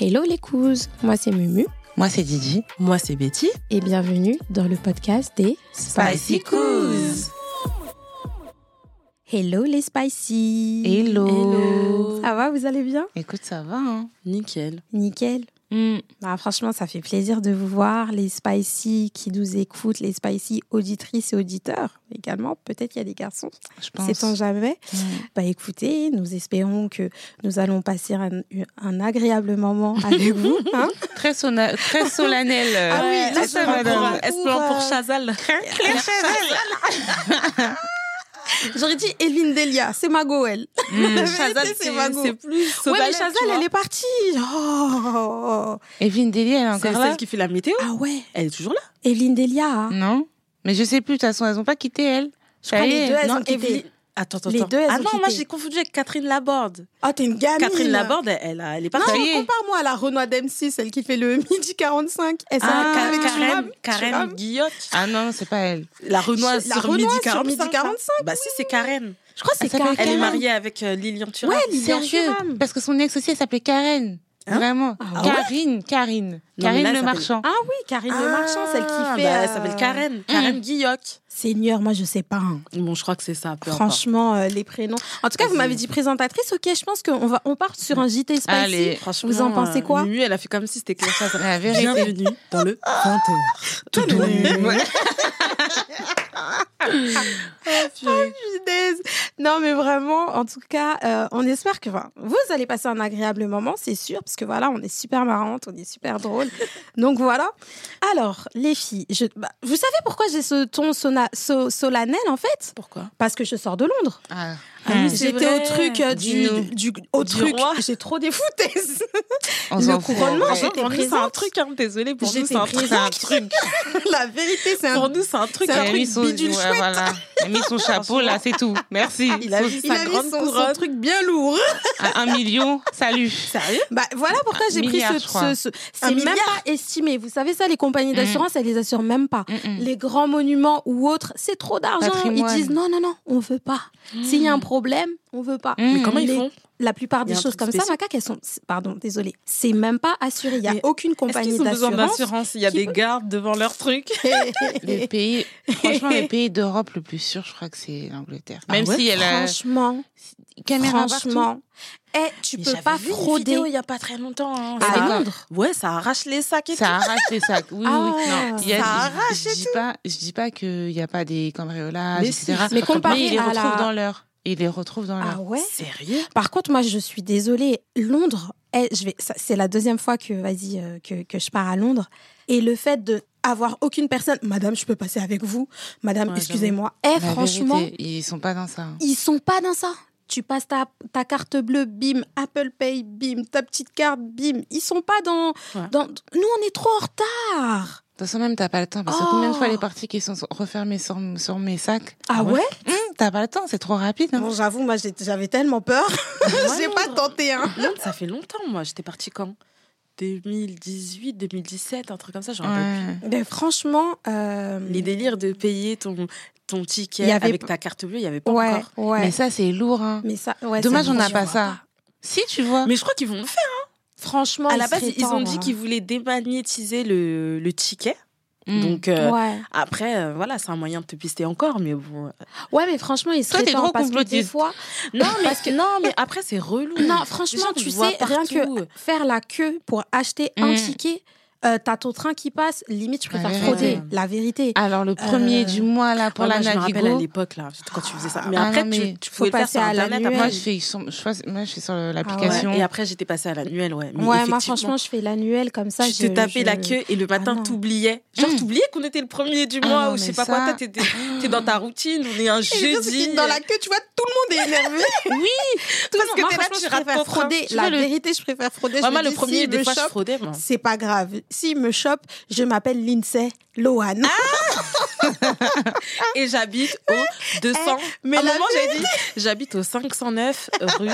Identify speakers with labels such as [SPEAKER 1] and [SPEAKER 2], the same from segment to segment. [SPEAKER 1] Hello les couzes, moi c'est Mumu
[SPEAKER 2] Moi, c'est Didi.
[SPEAKER 3] Moi, c'est Betty.
[SPEAKER 1] et bienvenue dans le podcast des Hello les Spicy
[SPEAKER 2] Hello.
[SPEAKER 3] Hello.
[SPEAKER 1] Ça va, vous allez bien
[SPEAKER 2] Écoute, ça va, hein
[SPEAKER 3] Nickel.
[SPEAKER 1] Nickel Bah, franchement, ça fait plaisir de vous voir, les Spicy qui nous écoutent, les Spicy auditrices et auditeurs également. Peut-être qu'il y a des garçons,
[SPEAKER 2] Je
[SPEAKER 1] sait-on jamais.
[SPEAKER 2] Mm.
[SPEAKER 1] Bah écoutez, nous espérons que nous allons passer un, un agréable moment avec vous. hein.
[SPEAKER 2] Très, sona- très solennel. euh,
[SPEAKER 1] Ah oui,
[SPEAKER 2] ouais,
[SPEAKER 1] là,
[SPEAKER 2] c'est
[SPEAKER 1] ça
[SPEAKER 2] ça,
[SPEAKER 1] va
[SPEAKER 2] madame.
[SPEAKER 1] pour un coup,
[SPEAKER 3] Espérant
[SPEAKER 1] euh,
[SPEAKER 3] pour Chazal.
[SPEAKER 1] J'aurais dit Elvin Delia, c'est ma Goël.
[SPEAKER 2] Mm.
[SPEAKER 1] La vérité,
[SPEAKER 3] Chazal,
[SPEAKER 1] Mm. c'est
[SPEAKER 3] c'est
[SPEAKER 1] Mago.
[SPEAKER 3] c'est plus.
[SPEAKER 1] Ouais, mais
[SPEAKER 3] Sodalette,
[SPEAKER 1] Chazal,
[SPEAKER 3] tu vois.
[SPEAKER 1] elle est partie. Oh.
[SPEAKER 2] Evelyne Delia, elle est
[SPEAKER 3] C'est
[SPEAKER 2] encore là
[SPEAKER 3] celle qui fait la météo.
[SPEAKER 1] Ah ouais,
[SPEAKER 3] Elle est toujours là.
[SPEAKER 1] Evelyne Delia. hein.
[SPEAKER 2] Non Mais je sais plus, de toute façon, elles n'ont pas quitté, elles.
[SPEAKER 1] Je crois
[SPEAKER 2] Ça y
[SPEAKER 1] Ah, les
[SPEAKER 2] est.
[SPEAKER 1] deux, elles
[SPEAKER 3] Ah, non,
[SPEAKER 1] ont quitté.
[SPEAKER 3] Evelyne- Attends, attends,
[SPEAKER 1] Les
[SPEAKER 3] attends.
[SPEAKER 1] deux, elles
[SPEAKER 3] ah
[SPEAKER 1] ont
[SPEAKER 3] non, moi
[SPEAKER 1] quitté.
[SPEAKER 3] j'ai confondu avec Catherine Laborde.
[SPEAKER 1] Ah, t'es une gamine.
[SPEAKER 3] Catherine Laborde, elle, elle, a- elle est
[SPEAKER 1] Non,
[SPEAKER 3] partie.
[SPEAKER 2] Ça y est.
[SPEAKER 1] compare-moi à la Renoir d'M6, celle qui fait le midi 45. Elle s'est
[SPEAKER 3] Ah,
[SPEAKER 1] arrêtée
[SPEAKER 3] Ka-
[SPEAKER 1] avec
[SPEAKER 3] Karen,
[SPEAKER 1] Turam.
[SPEAKER 3] Karen
[SPEAKER 1] Turam.
[SPEAKER 3] Guillotte.
[SPEAKER 2] Ah non, c'est pas elle.
[SPEAKER 3] La Renoir
[SPEAKER 1] Je- la
[SPEAKER 3] sur
[SPEAKER 1] Renoir
[SPEAKER 3] Midi
[SPEAKER 1] sur
[SPEAKER 3] 45.
[SPEAKER 1] Midi 45,
[SPEAKER 3] Bah si, c'est Karen.
[SPEAKER 1] Je crois que c'est
[SPEAKER 2] Elle s'appelle
[SPEAKER 1] Karen.
[SPEAKER 3] Elle est
[SPEAKER 2] Karen.
[SPEAKER 3] mariée avec euh, Lilian Thuram.
[SPEAKER 1] Ouais, Lilian
[SPEAKER 2] Sérieux
[SPEAKER 1] Thuram.
[SPEAKER 2] Parce que son ex aussi, elle s'appelait Karen.
[SPEAKER 3] Hein
[SPEAKER 2] Vraiment.
[SPEAKER 1] Ah ouais
[SPEAKER 2] Karine, Karine.
[SPEAKER 3] mais
[SPEAKER 2] Karine
[SPEAKER 3] là, elle
[SPEAKER 2] le
[SPEAKER 3] s'appelle-
[SPEAKER 2] marchand.
[SPEAKER 1] Ah oui, Karine Le Marchand, celle
[SPEAKER 3] Ah,
[SPEAKER 1] qui fait.
[SPEAKER 3] bah,
[SPEAKER 1] euh,
[SPEAKER 3] Elle s'appelle Karen. Karen Guillotte.
[SPEAKER 1] Seigneur, moi je sais pas. hein.
[SPEAKER 3] Bon, je crois que c'est ça. peu importe.
[SPEAKER 1] Franchement, euh, les prénoms. En tout cas, vous
[SPEAKER 3] Vas-y.
[SPEAKER 1] m'avez dit présentatrice. Ok, je pense qu'on va, on part sur un JT spicy.
[SPEAKER 2] Allez.
[SPEAKER 3] Franchement,
[SPEAKER 1] Vous en pensez quoi
[SPEAKER 3] euh, Mumu, elle a fait comme si c'était Claire Chazal.
[SPEAKER 2] La vérité.
[SPEAKER 3] Bienvenue dans le 20h. Tout
[SPEAKER 1] Punaise. Non, mais vraiment, en tout cas, euh, on espère que enfin, vous allez passer un agréable moment, c'est sûr, parce que voilà, on est super marrante, on est super drôle. Donc voilà. Alors, les filles, je, bah, vous savez pourquoi j'ai ce ton sona- so- solennel en fait
[SPEAKER 3] Pourquoi
[SPEAKER 1] Parce que je sors de Londres.
[SPEAKER 2] Ah.
[SPEAKER 3] Ah oui,
[SPEAKER 2] Hmm.
[SPEAKER 3] c'est
[SPEAKER 1] J'étais au
[SPEAKER 3] vrai.
[SPEAKER 1] truc euh, du,
[SPEAKER 2] Dis-nous.
[SPEAKER 1] du- au
[SPEAKER 3] Du
[SPEAKER 1] truc.
[SPEAKER 3] roi.
[SPEAKER 1] J'ai trop des foutaises.
[SPEAKER 2] On
[SPEAKER 1] Le
[SPEAKER 2] s'en fout, en
[SPEAKER 1] couronnement,
[SPEAKER 2] vrai.
[SPEAKER 1] j'étais
[SPEAKER 3] Pour nous, c'est un
[SPEAKER 1] présente.
[SPEAKER 3] truc, hein, désolé, pour nous,
[SPEAKER 1] J'étais
[SPEAKER 3] c'est un truc.
[SPEAKER 2] C'est un truc.
[SPEAKER 1] La vérité, c'est
[SPEAKER 3] Pour
[SPEAKER 1] un.
[SPEAKER 3] nous, c'est un truc.
[SPEAKER 1] C'est
[SPEAKER 2] Elle
[SPEAKER 1] un
[SPEAKER 2] a
[SPEAKER 3] hein.
[SPEAKER 1] truc
[SPEAKER 2] mis son,
[SPEAKER 1] bidule chouette.
[SPEAKER 2] voilà. Elle a mis son chapeau là, c'est tout. Merci.
[SPEAKER 3] Il a
[SPEAKER 2] Son-
[SPEAKER 3] mis
[SPEAKER 1] Il
[SPEAKER 3] sa
[SPEAKER 1] a mis
[SPEAKER 3] grande
[SPEAKER 1] son, son
[SPEAKER 3] couronne.
[SPEAKER 1] truc bien lourd.
[SPEAKER 2] à un million, salut.
[SPEAKER 3] Sérieux
[SPEAKER 1] Bah, voilà pourquoi
[SPEAKER 2] Un
[SPEAKER 1] j'ai pris
[SPEAKER 2] milliard,
[SPEAKER 1] ce.
[SPEAKER 2] je
[SPEAKER 1] ce-
[SPEAKER 2] crois.
[SPEAKER 1] ce-
[SPEAKER 3] Un
[SPEAKER 1] c'est même
[SPEAKER 3] milliard Mm.
[SPEAKER 1] pas estimé. Vous savez ça, les compagnies d'assurance, elles les assurent même pas.
[SPEAKER 2] Mm,
[SPEAKER 1] les grands monuments ou autres, c'est trop d'argent. Ils
[SPEAKER 2] Patrimoine.
[SPEAKER 1] disent non, non, non, on veut pas. S'il y a un problème, on veut pas.
[SPEAKER 2] Mais
[SPEAKER 3] Comment ils
[SPEAKER 1] Les-
[SPEAKER 3] font
[SPEAKER 1] La plupart
[SPEAKER 3] Il y
[SPEAKER 1] des
[SPEAKER 3] a un
[SPEAKER 1] choses
[SPEAKER 3] truc
[SPEAKER 1] comme ça,
[SPEAKER 3] spécial.
[SPEAKER 1] macaque, elles sont, c'est- pardon, désolée, c'est même pas assuré. Il y a
[SPEAKER 3] Mais
[SPEAKER 1] aucune
[SPEAKER 3] Est-ce
[SPEAKER 1] compagnie
[SPEAKER 3] qu'ils ont besoin
[SPEAKER 1] d'assurance.
[SPEAKER 3] d'assurance Il y a
[SPEAKER 1] qui
[SPEAKER 3] des
[SPEAKER 1] peut-
[SPEAKER 3] gardes devant leur truc.
[SPEAKER 2] Les pays, franchement, les pays d'Europe le plus sûr, je crois que c'est l'Angleterre.
[SPEAKER 3] Ah
[SPEAKER 2] Même
[SPEAKER 3] ouais
[SPEAKER 2] si elle a
[SPEAKER 1] franchement,
[SPEAKER 2] caméra partout.
[SPEAKER 1] franchement, eh, tu peux pas frauder
[SPEAKER 3] il y a pas très longtemps. hein.
[SPEAKER 1] à
[SPEAKER 2] Ah,
[SPEAKER 3] Ça-
[SPEAKER 1] Londres.
[SPEAKER 3] Ouais, ça arrache les sacs et tout.
[SPEAKER 2] Ça arrache les sacs. Oui,
[SPEAKER 1] Ah.
[SPEAKER 2] oui, non. Il
[SPEAKER 3] Ça
[SPEAKER 2] je, je dis pas, je dis pas qu'il n'y a pas des cambriolages,
[SPEAKER 3] Mais
[SPEAKER 2] etc.
[SPEAKER 3] si,
[SPEAKER 1] Mais comparé
[SPEAKER 2] ils les
[SPEAKER 1] à
[SPEAKER 2] retrouvent
[SPEAKER 1] la-
[SPEAKER 2] dans l'heure. Ils les retrouvent dans l'heure.
[SPEAKER 1] Ah ouais.
[SPEAKER 3] Sérieux
[SPEAKER 1] Par contre, moi, je suis désolée. Londres, eh, je vais, ça, c'est la deuxième fois que, vas-y, euh, que, que je pars à Londres. Et le fait de avoir aucune personne, Madame, je peux passer avec vous. Madame,
[SPEAKER 3] Ouais,
[SPEAKER 1] excusez-moi. Eh,
[SPEAKER 2] La
[SPEAKER 1] franchement,
[SPEAKER 2] vérité, ils sont pas dans ça. hein.
[SPEAKER 1] ils sont pas dans ça. Tu passes ta, ta carte bleue, bim, Apple Pay, bim, ta petite carte, bim. Ils sont pas dans,
[SPEAKER 3] Ouais.
[SPEAKER 1] dans. Nous, on est trop en retard.
[SPEAKER 2] De toute façon, même, t'as pas le temps. Parce que
[SPEAKER 1] Oh.
[SPEAKER 2] combien de fois les parties qui sont refermées sur, sur mes sacs
[SPEAKER 1] Ah ouais,
[SPEAKER 2] Hum, T'as pas le temps, c'est trop rapide. hein.
[SPEAKER 1] Bon, j'avoue, moi, j'ai- j'avais tellement peur. j'ai
[SPEAKER 3] Moi,
[SPEAKER 1] pas
[SPEAKER 3] Londres.
[SPEAKER 1] tenté, hein.
[SPEAKER 3] Londres, ça fait longtemps, moi. J'étais partie quand 2018, 2017, un truc comme ça, je me rappelle
[SPEAKER 2] Ouais.
[SPEAKER 1] Mais franchement. euh,
[SPEAKER 3] plus. Les délires de payer ton, ton ticket
[SPEAKER 1] Il y avait
[SPEAKER 3] avec
[SPEAKER 1] p-
[SPEAKER 3] ta carte bleue, il n'y avait pas
[SPEAKER 1] Ouais,
[SPEAKER 3] encore.
[SPEAKER 1] ouais.
[SPEAKER 2] Mais ça, c'est lourd. Hein.
[SPEAKER 1] Mais ça, ouais,
[SPEAKER 2] Dommage,
[SPEAKER 1] c'est
[SPEAKER 2] on n'a
[SPEAKER 1] franchement-
[SPEAKER 2] pas ça. Si, tu vois.
[SPEAKER 3] Mais je crois qu'ils vont le faire.
[SPEAKER 1] Franchement,
[SPEAKER 3] À
[SPEAKER 1] il
[SPEAKER 3] la base,
[SPEAKER 1] serait
[SPEAKER 3] ils
[SPEAKER 1] temps,
[SPEAKER 3] ont dit
[SPEAKER 1] hein.
[SPEAKER 3] qu'ils voulaient démagnétiser le, le ticket.
[SPEAKER 2] Mm.
[SPEAKER 3] Donc euh,
[SPEAKER 1] Ouais.
[SPEAKER 3] après, euh, voilà, c'est un moyen de te pister encore, mais bon. euh,
[SPEAKER 1] ouais, mais franchement, il serait
[SPEAKER 2] t'es
[SPEAKER 1] temps
[SPEAKER 2] gros
[SPEAKER 1] parce que des
[SPEAKER 2] complotiste.
[SPEAKER 1] fois,
[SPEAKER 3] Non, mais, non, mais après, c'est relou.
[SPEAKER 1] non, franchement,
[SPEAKER 3] gens, tu
[SPEAKER 1] tu
[SPEAKER 3] le vois
[SPEAKER 1] sais, rien que
[SPEAKER 3] partout.
[SPEAKER 1] faire la queue pour acheter un
[SPEAKER 2] Mm.
[SPEAKER 1] ticket, euh, t'as ton train qui passe, limite, je préfère
[SPEAKER 2] Ouais.
[SPEAKER 1] frauder, la
[SPEAKER 3] Ah,
[SPEAKER 1] vérité.
[SPEAKER 2] Alors, le premier
[SPEAKER 1] Euh,
[SPEAKER 2] du mois, là, pour
[SPEAKER 3] Ouais,
[SPEAKER 2] la
[SPEAKER 3] oh, moi, je me rappelle à
[SPEAKER 2] Navigo,
[SPEAKER 3] l'époque, là, quand tu faisais ça.
[SPEAKER 1] Ah,
[SPEAKER 3] Mais
[SPEAKER 2] ah
[SPEAKER 3] après,
[SPEAKER 2] non,
[SPEAKER 3] tu-
[SPEAKER 2] mais
[SPEAKER 3] tu, pouvais
[SPEAKER 1] faut
[SPEAKER 3] le faire sur
[SPEAKER 1] passer à la
[SPEAKER 3] Internet.
[SPEAKER 1] nuée.
[SPEAKER 2] moi,
[SPEAKER 3] Après,
[SPEAKER 2] je fais, je, fais- moi, je fais sur le- l'application.
[SPEAKER 3] Ah Ouais, Et après, j'étais passée à l'annuel, ouais. Mais
[SPEAKER 1] ouais, moi,
[SPEAKER 3] effectivement,
[SPEAKER 1] franchement, je fais l'annuel comme ça.
[SPEAKER 3] tu
[SPEAKER 1] je
[SPEAKER 3] te tapais
[SPEAKER 1] je- Ah
[SPEAKER 3] la queue et le matin,
[SPEAKER 1] non.
[SPEAKER 3] t'oubliais. Genre,
[SPEAKER 2] Mm.
[SPEAKER 3] t'oubliais qu'on était le premier du
[SPEAKER 2] Ah
[SPEAKER 3] mois
[SPEAKER 2] non,
[SPEAKER 3] ou je sais
[SPEAKER 2] mais
[SPEAKER 3] pas
[SPEAKER 2] ça-
[SPEAKER 3] quoi. Toi, t'étais- T'es dans ta routine, on est un
[SPEAKER 1] Et le truc, c'est
[SPEAKER 3] jeudi.
[SPEAKER 1] que Dans la queue, tu vois, tout le monde est énervé. Tout le
[SPEAKER 3] Parce
[SPEAKER 1] monde.
[SPEAKER 3] que
[SPEAKER 1] Moi,
[SPEAKER 3] t'es là,
[SPEAKER 1] franchement,
[SPEAKER 3] tu
[SPEAKER 1] je
[SPEAKER 3] rates
[SPEAKER 1] préfère
[SPEAKER 3] ton train.
[SPEAKER 1] frauder.
[SPEAKER 2] Tu
[SPEAKER 1] La
[SPEAKER 2] vois, le-
[SPEAKER 1] vérité, je préfère frauder.
[SPEAKER 3] Ouais,
[SPEAKER 1] Je
[SPEAKER 3] moi,
[SPEAKER 1] me
[SPEAKER 3] le
[SPEAKER 1] dis,
[SPEAKER 3] premier,
[SPEAKER 1] s'il me
[SPEAKER 3] des fois, je hein.
[SPEAKER 1] chope,
[SPEAKER 3] fraudais, moi.
[SPEAKER 1] C'est pas grave. S'il me chope, je m'appelle Lindsay Lohan.
[SPEAKER 3] Ah Et j'habite au 200.
[SPEAKER 1] Ah. Eh, mais
[SPEAKER 3] à un
[SPEAKER 1] la
[SPEAKER 3] moment, j'ai dit, j'habite au 509 rue.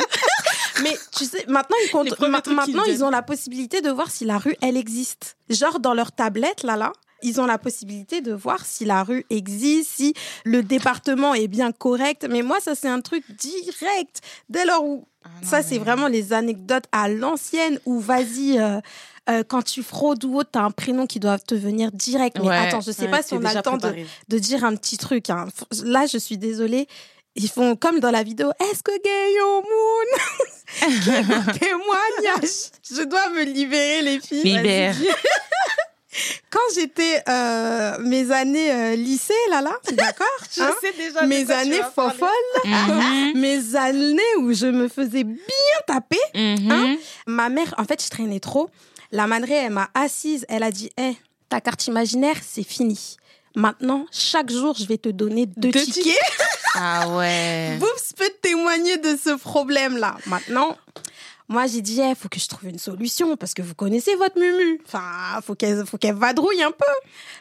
[SPEAKER 1] Mais tu sais, maintenant, ils, comptent-
[SPEAKER 3] Les premiers
[SPEAKER 1] ma-
[SPEAKER 3] trucs qui
[SPEAKER 1] maintenant,
[SPEAKER 3] me
[SPEAKER 1] ils ont la possibilité de voir si la rue, elle existe. Genre, dans leur tablette, là, là, ils ont la possibilité de voir si la rue existe, si le département est bien correct. Mais moi, ça, c'est un truc direct. Dès lors où
[SPEAKER 2] Ah non,
[SPEAKER 1] ça,
[SPEAKER 2] mais-
[SPEAKER 1] c'est vraiment les anecdotes à l'ancienne où vas-y, euh, euh, quand tu fraudes ou autre, t'as un prénom qui doit te venir direct. Mais
[SPEAKER 2] Ouais.
[SPEAKER 1] attends, je sais
[SPEAKER 3] Ouais,
[SPEAKER 1] pas si
[SPEAKER 3] t'es
[SPEAKER 1] on a
[SPEAKER 3] déjà
[SPEAKER 1] le temps de,
[SPEAKER 3] préparée.
[SPEAKER 1] de dire un petit truc. hein. F- Là, je suis désolée. Ils font comme dans la vidéo Est-ce que Gayo Moon qui témoignage Je dois me libérer, les filles. Vas-y.
[SPEAKER 2] Libère.
[SPEAKER 1] Quand j'étais euh, mes années euh, lycée, là, là, d'accord
[SPEAKER 3] Ah, Je
[SPEAKER 1] hein
[SPEAKER 3] sais déjà. de
[SPEAKER 1] Mes
[SPEAKER 3] quoi tu
[SPEAKER 1] années
[SPEAKER 3] vas parler.
[SPEAKER 1] fofolles,
[SPEAKER 2] Mhm,
[SPEAKER 1] mes années où je me faisais bien taper.
[SPEAKER 2] mhm.
[SPEAKER 3] Hein
[SPEAKER 1] Ma mère, en fait, je traînais trop. La madrée, elle m'a assise. Elle a dit, hé, ta carte imaginaire, c'est fini. Maintenant, chaque jour, je vais te donner deux,
[SPEAKER 3] Deux
[SPEAKER 1] tickets.
[SPEAKER 2] Ah ouais.
[SPEAKER 1] Boops peut témoigner de ce problème-là. Maintenant, moi, j'ai dit, il faut que je trouve une solution parce que vous connaissez votre mumu. Enfin, faut qu'elle faut qu'elle vadrouille un peu.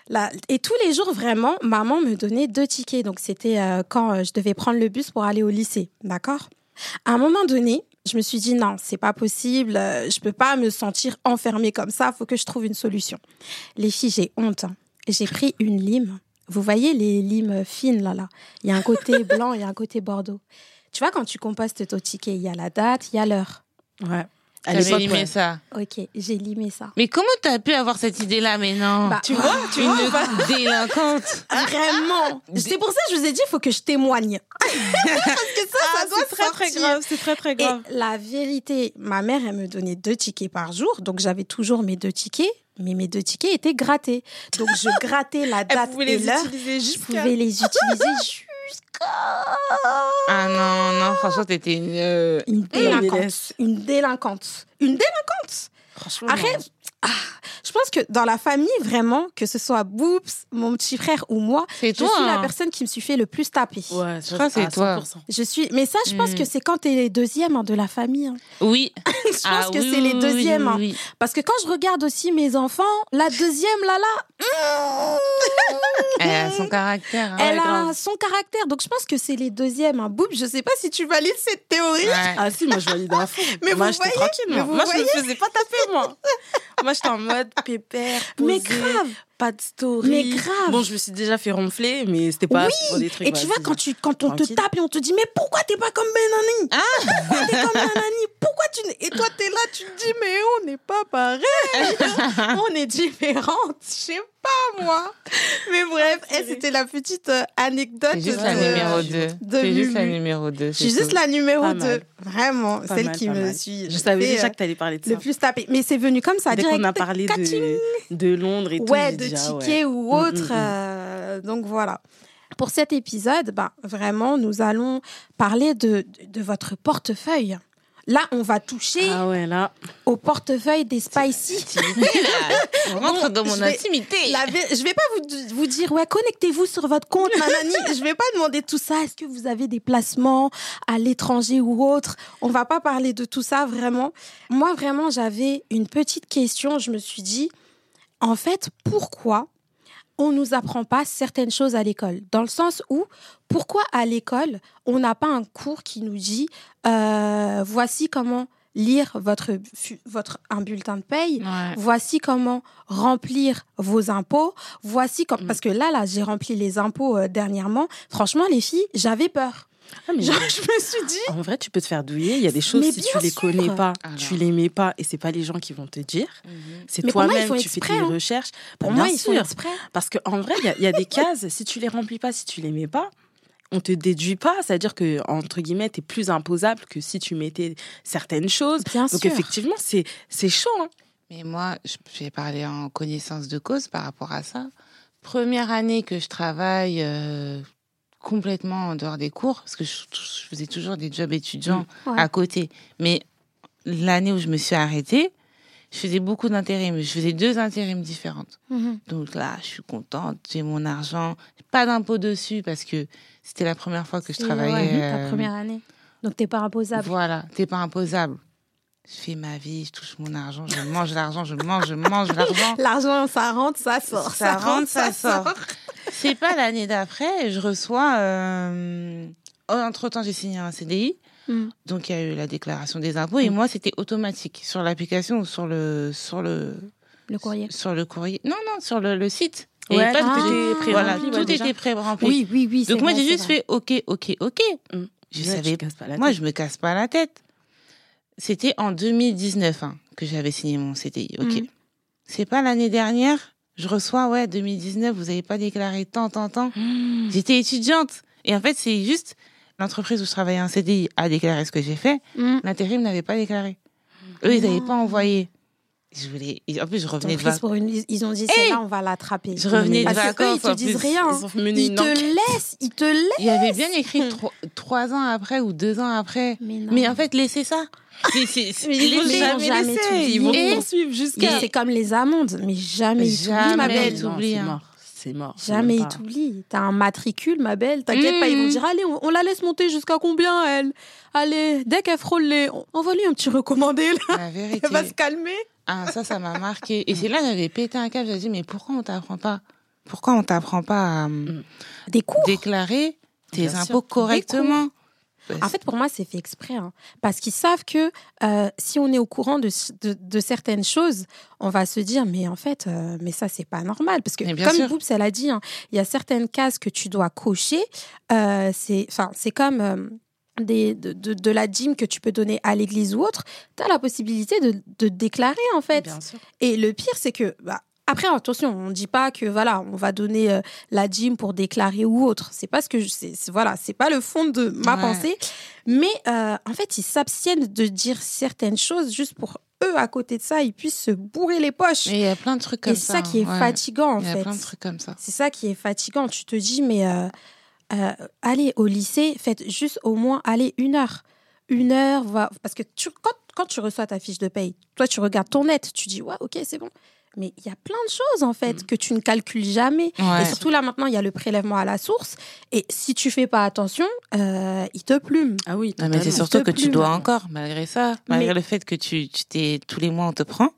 [SPEAKER 1] Là, et tous les jours, vraiment, maman me donnait deux tickets. Donc, c'était euh, quand euh, je devais prendre le bus pour aller au lycée. D'accord À un moment donné, je me suis dit, non, c'est pas possible. euh, je peux pas me sentir enfermée comme ça. faut que je trouve une solution. Les filles, j'ai honte. hein. J'ai pris une lime. Vous voyez les limes fines, là, là. Il y a un côté blanc et un côté bordeaux. Tu vois, quand tu compostes ton ticket, il y a la date, il y a l'heure.
[SPEAKER 3] Ouais. À
[SPEAKER 2] T'avais
[SPEAKER 3] l'époque,
[SPEAKER 2] limé
[SPEAKER 3] ouais.
[SPEAKER 2] ça.
[SPEAKER 1] Ok, j'ai limé ça.
[SPEAKER 2] Mais comment t'as pu avoir cette idée-là mais non
[SPEAKER 1] Bah,
[SPEAKER 3] Ah. Tu vois, tu
[SPEAKER 2] Une
[SPEAKER 3] vois.
[SPEAKER 2] délinquante.
[SPEAKER 1] Vraiment C'est pour ça que je vous ai dit, il faut que je témoigne. Parce que ça,
[SPEAKER 3] Ah,
[SPEAKER 1] ça doit
[SPEAKER 3] c'est très très
[SPEAKER 1] sortir.
[SPEAKER 3] grave, c'est très très
[SPEAKER 1] Et
[SPEAKER 3] grave.
[SPEAKER 1] la vérité, ma mère, elle me donnait deux tickets par jour, donc j'avais toujours mes deux tickets, mais mes deux tickets étaient grattés. Donc je grattais la
[SPEAKER 3] Elle
[SPEAKER 1] date
[SPEAKER 3] pouvait
[SPEAKER 1] et
[SPEAKER 3] les
[SPEAKER 1] l'heure.
[SPEAKER 3] utiliser
[SPEAKER 1] Je
[SPEAKER 3] jusqu'à.
[SPEAKER 1] pouvais les utiliser jusqu'à
[SPEAKER 2] Ah non, non, franchement, t'étais une. euh,
[SPEAKER 1] une délinquante.
[SPEAKER 3] laisse.
[SPEAKER 1] Une délinquante. Une délinquante.
[SPEAKER 3] Franchement.
[SPEAKER 1] Arrête. Ah, je pense que dans la famille, vraiment, que ce soit Boops, mon petit frère ou moi,
[SPEAKER 2] C'est
[SPEAKER 1] je
[SPEAKER 2] toi.
[SPEAKER 1] suis la
[SPEAKER 2] hein.
[SPEAKER 1] personne qui me suis fait le plus taper.
[SPEAKER 3] Ouais, je
[SPEAKER 2] crois que c'est toi.
[SPEAKER 1] Je suis, mais ça, je pense
[SPEAKER 2] Mm.
[SPEAKER 1] que c'est quand t'es les deuxièmes hein, de la famille. hein.
[SPEAKER 2] Oui.
[SPEAKER 1] je pense
[SPEAKER 2] Ah
[SPEAKER 1] que
[SPEAKER 2] oui,
[SPEAKER 1] c'est les
[SPEAKER 2] oui, oui,
[SPEAKER 1] deuxièmes. hein.
[SPEAKER 2] oui, oui.
[SPEAKER 1] Parce que quand je regarde aussi mes enfants, la deuxième, là, là,
[SPEAKER 2] Elle a son caractère. hein.
[SPEAKER 1] elle a
[SPEAKER 3] grave.
[SPEAKER 1] son caractère. Donc je pense que c'est les deuxièmes. Hein. Boop, je sais pas si tu valides cette théorie.
[SPEAKER 2] Ouais.
[SPEAKER 3] Ah si, moi je valide à fond.
[SPEAKER 1] Mais
[SPEAKER 3] moi,
[SPEAKER 1] vous
[SPEAKER 3] j'étais
[SPEAKER 1] voyez
[SPEAKER 3] tranquille.
[SPEAKER 1] Mais
[SPEAKER 3] Moi,
[SPEAKER 1] vous
[SPEAKER 3] moi
[SPEAKER 1] voyez
[SPEAKER 3] je me faisais pas taper moi. moi j'étais en mode pépère, posée,
[SPEAKER 1] Mais grave.
[SPEAKER 3] pas de story.
[SPEAKER 1] Mais grave.
[SPEAKER 3] Bon, je me suis déjà fait ronfler, mais c'était pas pour des trucs.
[SPEAKER 1] Et tu vois, quand, tu, quand on te
[SPEAKER 3] Tranquille. Ah.
[SPEAKER 1] tape et on te dit, mais pourquoi t'es pas comme Benani Pourquoi t'es comme Benani Pourquoi tu n'es- Et toi, t'es là, tu te dis, mais on n'est pas pareil. on est différentes. Je sais pas, moi. Mais bref,
[SPEAKER 3] Ah,
[SPEAKER 1] eh, c'était la petite euh, anecdote.
[SPEAKER 2] C'est juste
[SPEAKER 1] de-
[SPEAKER 2] la
[SPEAKER 3] de-
[SPEAKER 2] numéro 2.
[SPEAKER 1] de
[SPEAKER 2] C'est juste la
[SPEAKER 1] Mumu.
[SPEAKER 2] numéro 2.
[SPEAKER 1] Je suis juste la numéro
[SPEAKER 3] Pas
[SPEAKER 1] 2.
[SPEAKER 3] mal.
[SPEAKER 1] Vraiment,
[SPEAKER 3] Pas
[SPEAKER 1] celle
[SPEAKER 3] mal,
[SPEAKER 1] qui
[SPEAKER 3] pas
[SPEAKER 1] me
[SPEAKER 3] mal.
[SPEAKER 1] suis.
[SPEAKER 3] Je savais
[SPEAKER 1] fait,
[SPEAKER 3] déjà
[SPEAKER 1] euh,
[SPEAKER 3] que t'allais parler de
[SPEAKER 1] le
[SPEAKER 3] ça.
[SPEAKER 1] plus tapé. Mais c'est venu comme ça,
[SPEAKER 3] Dès
[SPEAKER 1] direct.
[SPEAKER 3] qu'on a parlé
[SPEAKER 1] Catching.
[SPEAKER 3] de, de Londres et tout,
[SPEAKER 1] Ouais,
[SPEAKER 3] j'ai
[SPEAKER 1] de
[SPEAKER 3] dit, ah ouais.
[SPEAKER 1] tickets ou autre.
[SPEAKER 3] Mm, mm, mm.
[SPEAKER 1] euh, donc voilà. Pour cet épisode, bah, vraiment, nous allons parler de, de, de votre portefeuille. Là, on va toucher
[SPEAKER 3] Ah ouais, là.
[SPEAKER 1] au portefeuille des Spicy.
[SPEAKER 2] On rentre dans
[SPEAKER 1] Bon,
[SPEAKER 2] mon
[SPEAKER 1] je vais-
[SPEAKER 2] intimité.
[SPEAKER 1] La vé- je vais pas vous, vous dire, ouais, connectez-vous sur votre compte, nanani. je vais pas demander tout ça. Est-ce que vous avez des placements à l'étranger ou autre On va pas parler de tout ça, vraiment. Moi, vraiment, j'avais une petite question. Je me suis dit, en fait, pourquoi on nous apprend pas certaines choses à l'école Dans le sens où, pourquoi à l'école, on n'a pas un cours qui nous dit, euh, voici comment lire votre, fu- votre, un bulletin de paye
[SPEAKER 2] Ouais.
[SPEAKER 1] voici comment remplir vos impôts, voici comme
[SPEAKER 3] Mm.
[SPEAKER 1] parce que là là, j'ai rempli les impôts euh, dernièrement. Franchement les filles, j'avais peur.
[SPEAKER 3] Ah, mais
[SPEAKER 1] Genre, je me suis dit
[SPEAKER 3] En vrai, tu peux te faire douiller. Il y a des choses,
[SPEAKER 1] Mais
[SPEAKER 3] si
[SPEAKER 1] bien
[SPEAKER 3] tu les
[SPEAKER 1] sûr.
[SPEAKER 3] connais pas,
[SPEAKER 2] Alors.
[SPEAKER 3] tu les mets pas, et c'est pas les gens qui vont te dire.
[SPEAKER 2] Mm-hmm.
[SPEAKER 3] C'est
[SPEAKER 1] Mais pour moi, ils
[SPEAKER 3] toi-même,
[SPEAKER 1] font
[SPEAKER 3] tu fais
[SPEAKER 1] exprès,
[SPEAKER 3] tes
[SPEAKER 1] hein.
[SPEAKER 3] recherches.
[SPEAKER 1] pour
[SPEAKER 3] Bah,
[SPEAKER 1] moi
[SPEAKER 3] bien
[SPEAKER 1] ils sont
[SPEAKER 3] sûr.
[SPEAKER 1] exprès.
[SPEAKER 3] Parce qu'en vrai, il y a- il y, a des cases, si tu les remplis pas, si tu les mets pas, on te déduit pas. C'est-à-dire que, entre guillemets, t'es plus imposable que si tu mettais certaines choses.
[SPEAKER 1] Bien
[SPEAKER 3] Donc,
[SPEAKER 1] sûr.
[SPEAKER 3] effectivement, c'est c'est chaud. hein.
[SPEAKER 2] Mais moi, je je vais parler en connaissance de cause par rapport à ça. Première année que je travaille euh, complètement en dehors des cours, parce que je, je faisais toujours des jobs étudiants
[SPEAKER 1] Mm. Ouais.
[SPEAKER 2] à côté. Mais l'année où je me suis arrêtée, je faisais beaucoup d'intérim. Je faisais deux intérims différentes.
[SPEAKER 1] Mhm.
[SPEAKER 2] Donc là, je suis contente, j'ai mon argent, pas d'impôt dessus parce que c'était la première fois que je
[SPEAKER 1] Et
[SPEAKER 2] travaillais.
[SPEAKER 1] ouais, ta
[SPEAKER 2] euh,
[SPEAKER 1] première année. Donc t'es pas imposable.
[SPEAKER 2] voilà, t'es pas imposable. Je fais ma vie, je touche mon argent, je mange l'argent, je mange, je mange l'argent.
[SPEAKER 1] L'argent ça rentre, ça sort,
[SPEAKER 2] Ça rentre, ça sort. C'est pas l'année d'après, je reçois. euh, oh, Entre-temps, j'ai signé un CDI.
[SPEAKER 1] Mm.
[SPEAKER 2] Donc, il y a eu la déclaration des impôts. Et moi, c'était automatique sur l'application ou sur le, sur, le,
[SPEAKER 1] Le courrier. ah,
[SPEAKER 2] sur le courrier. Non, non, sur le, le site. Il y avait
[SPEAKER 3] Ouais,
[SPEAKER 2] pas de
[SPEAKER 3] tout
[SPEAKER 2] pré-
[SPEAKER 3] était pré-rempli,
[SPEAKER 2] Voilà,
[SPEAKER 3] ouais,
[SPEAKER 2] tout
[SPEAKER 3] déjà.
[SPEAKER 2] était pré-rempli.
[SPEAKER 1] Oui, oui, oui.
[SPEAKER 2] Donc
[SPEAKER 1] c'est
[SPEAKER 2] moi,
[SPEAKER 1] vrai,
[SPEAKER 2] j'ai
[SPEAKER 1] c'est
[SPEAKER 2] juste
[SPEAKER 1] vrai. Hum.
[SPEAKER 2] fait OK, OK, OK.
[SPEAKER 3] Mm.
[SPEAKER 2] Je
[SPEAKER 3] Ouais, tu
[SPEAKER 2] savais
[SPEAKER 3] te casses pas la
[SPEAKER 2] Moi,
[SPEAKER 3] tête.
[SPEAKER 2] je me casse pas la tête. C'était en 2019 hein, que j'avais signé mon CDI. Ok.
[SPEAKER 1] Mhm.
[SPEAKER 2] C'est pas l'année dernière. Je reçois, ouais, 2019, vous avez pas déclaré tant, tant, tant.
[SPEAKER 1] Hum.
[SPEAKER 2] J'étais étudiante. Et en fait, c'est juste l'entreprise où je travaillais en CDI a déclaré ce que j'ai fait.
[SPEAKER 1] Mm.
[SPEAKER 2] L'intérim n'avait pas déclaré. Eux, ils n'avaient pas envoyé. Je voulais. et En plus, je
[SPEAKER 1] Ils ont
[SPEAKER 2] revenais de
[SPEAKER 1] pris
[SPEAKER 2] vacances.
[SPEAKER 1] pour une liste. Ils ont dit, celle-là, on va l'attraper.
[SPEAKER 2] Je revenais de
[SPEAKER 1] Parce que eux,
[SPEAKER 2] vacances.
[SPEAKER 1] ils te
[SPEAKER 2] en
[SPEAKER 1] disent
[SPEAKER 2] plus.
[SPEAKER 1] rien.
[SPEAKER 3] Ils ont mené
[SPEAKER 1] Ils
[SPEAKER 3] une
[SPEAKER 1] te
[SPEAKER 3] enquête.
[SPEAKER 1] laissent, ils te laissent.
[SPEAKER 2] Il y avait bien écrit trois, trois ans après ou deux ans après.
[SPEAKER 1] Mais non.
[SPEAKER 2] Mais en fait, laissez ça. C'est- c'est- c'est-
[SPEAKER 1] Mais ils
[SPEAKER 2] vont
[SPEAKER 1] l'ont jamais
[SPEAKER 2] laisser.
[SPEAKER 1] tout dit.
[SPEAKER 3] Ils vont
[SPEAKER 2] Et-
[SPEAKER 3] poursuivre
[SPEAKER 1] Mais
[SPEAKER 3] jusqu'à.
[SPEAKER 1] c'est comme les amendes, mais jamais ils t'oublient, ma
[SPEAKER 2] Jamais
[SPEAKER 1] belle.
[SPEAKER 2] ils
[SPEAKER 3] Non,
[SPEAKER 2] oublient,
[SPEAKER 3] C'est
[SPEAKER 2] hein.
[SPEAKER 3] mort. C'est mort. c'est
[SPEAKER 1] Jamais
[SPEAKER 3] même
[SPEAKER 1] ils
[SPEAKER 3] pas- Hmm.
[SPEAKER 1] t'oublient. T'as un matricule, ma belle. T'inquiète pas, ils vont
[SPEAKER 2] Mhm.
[SPEAKER 1] dire Allez, on, on la laisse monter jusqu'à combien, elle Allez, dès qu'elle frôle les. on- Envoie-lui un petit recommandé, là.
[SPEAKER 2] La vérité.
[SPEAKER 1] Elle va se calmer.
[SPEAKER 2] Ah, ça, ça m'a marqué. Et c'est là que j'avais pété un câble. J'ai dit, mais pourquoi on t'apprend pas Pourquoi on t'apprend pas à
[SPEAKER 1] Mm.
[SPEAKER 2] euh,
[SPEAKER 1] Des cours.
[SPEAKER 2] déclarer tes
[SPEAKER 3] Bien sûr.
[SPEAKER 2] impôts correctement
[SPEAKER 1] En fait, pour moi, c'est fait exprès. hein. Parce qu'ils savent que euh, si on est au courant de, de- de certaines choses, on va se dire Mais en fait, euh, mais ça, c'est pas normal. Parce que,
[SPEAKER 2] Mais bien
[SPEAKER 1] comme
[SPEAKER 2] sûr.
[SPEAKER 1] Boops, elle a dit, hein, il y a certaines cases que tu dois cocher. Euh, c'est 'fin, c'est comme. euh, des, de, de- de la dîme que tu peux donner à l'église ou autre, tu as la possibilité de, de déclarer en fait.
[SPEAKER 3] Bien sûr.
[SPEAKER 1] Et le pire, c'est que. bah, après, attention, on ne dit pas que voilà, on va donner euh, la dîme pour déclarer ou autre. C'est pas ce que je, c'est, c'est- voilà, c'est pas le fond de ma
[SPEAKER 2] Ouais.
[SPEAKER 1] pensée. Mais euh, en fait, ils s'abstiennent de dire certaines choses juste pour eux. À côté de ça, ils puissent se bourrer les poches.
[SPEAKER 2] Mais il y a plein de trucs comme
[SPEAKER 1] Et
[SPEAKER 2] ça. hein.
[SPEAKER 1] c'est ça qui est
[SPEAKER 2] ouais.
[SPEAKER 1] fatigant en
[SPEAKER 2] Il y a
[SPEAKER 1] fait.
[SPEAKER 2] plein de trucs comme ça.
[SPEAKER 1] C'est ça qui est fatigant. Tu te dis, mais euh, euh, allez au lycée, faites juste au moins aller une heure. Une heure, va- parce que tu, quand, quand tu reçois ta fiche de paye, toi, tu regardes ton net, tu dis, ouais, ok, c'est bon. Mais il y a plein de choses, en fait, que tu ne calcules jamais. Et
[SPEAKER 2] Ouais.
[SPEAKER 1] surtout, là, maintenant, il y a le prélèvement à la source. Et si tu fais pas attention, euh, il te plume.
[SPEAKER 3] Ah oui.
[SPEAKER 2] Non, mais c'est
[SPEAKER 3] totalement.
[SPEAKER 2] surtout
[SPEAKER 1] te
[SPEAKER 2] que tu
[SPEAKER 1] plume.
[SPEAKER 2] dois encore, malgré ça, malgré
[SPEAKER 1] Mais-
[SPEAKER 2] le fait que tu, tu t'es tous les mois on te prend.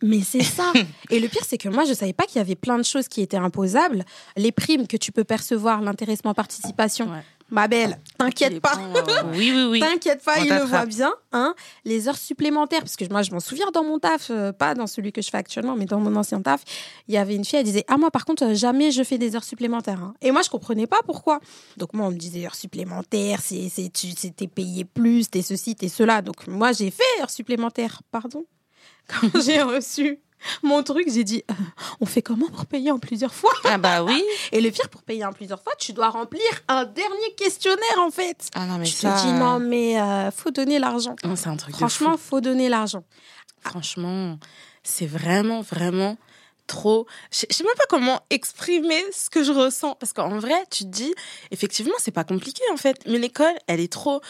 [SPEAKER 1] Mais c'est ça. Et le pire, c'est que moi, je savais pas qu'il y avait plein de choses qui étaient imposables. Les primes que tu peux percevoir, l'intéressement, participation.
[SPEAKER 3] Ouais. Ah,
[SPEAKER 1] Ma belle,
[SPEAKER 3] Les
[SPEAKER 1] t'inquiète pas.
[SPEAKER 3] points, ouais, ouais, ouais.
[SPEAKER 2] Oui, oui, oui.
[SPEAKER 1] T'inquiète pas,
[SPEAKER 2] On
[SPEAKER 1] il le
[SPEAKER 2] t'attrape.
[SPEAKER 1] voit bien. Hein. Les heures supplémentaires, parce que moi, je m'en souviens dans mon taf, euh, pas dans celui que je fais actuellement, mais dans mon ancien taf, il y avait une fille, elle disait Ah, moi, par contre, euh, jamais je fais des heures supplémentaires. hein. Et moi, je comprenais pas pourquoi. Donc, moi, on me disait Heures supplémentaires, c'est c'est- tu- c'est- t'es payé plus, t'es ceci, t'es cela. Donc, moi, j'ai fait heures supplémentaires. Pardon Quand j'ai reçu. Mon truc, j'ai dit, Euh, on fait comment pour payer en plusieurs fois
[SPEAKER 2] Ah bah oui.
[SPEAKER 1] Et le pire, pour payer en plusieurs fois, tu dois remplir un dernier questionnaire en fait.
[SPEAKER 2] Ah non, mais
[SPEAKER 1] Je
[SPEAKER 2] ça.
[SPEAKER 1] te dis non, mais euh, faut donner l'argent.
[SPEAKER 3] Non, C'est un truc de fou.
[SPEAKER 1] Franchement, faut donner l'argent.
[SPEAKER 3] Franchement, c'est vraiment, vraiment trop. Je je sais même pas comment exprimer ce que je ressens. Parce qu'en vrai, tu te dis, effectivement, c'est pas compliqué en fait. Mais l'école, elle est trop.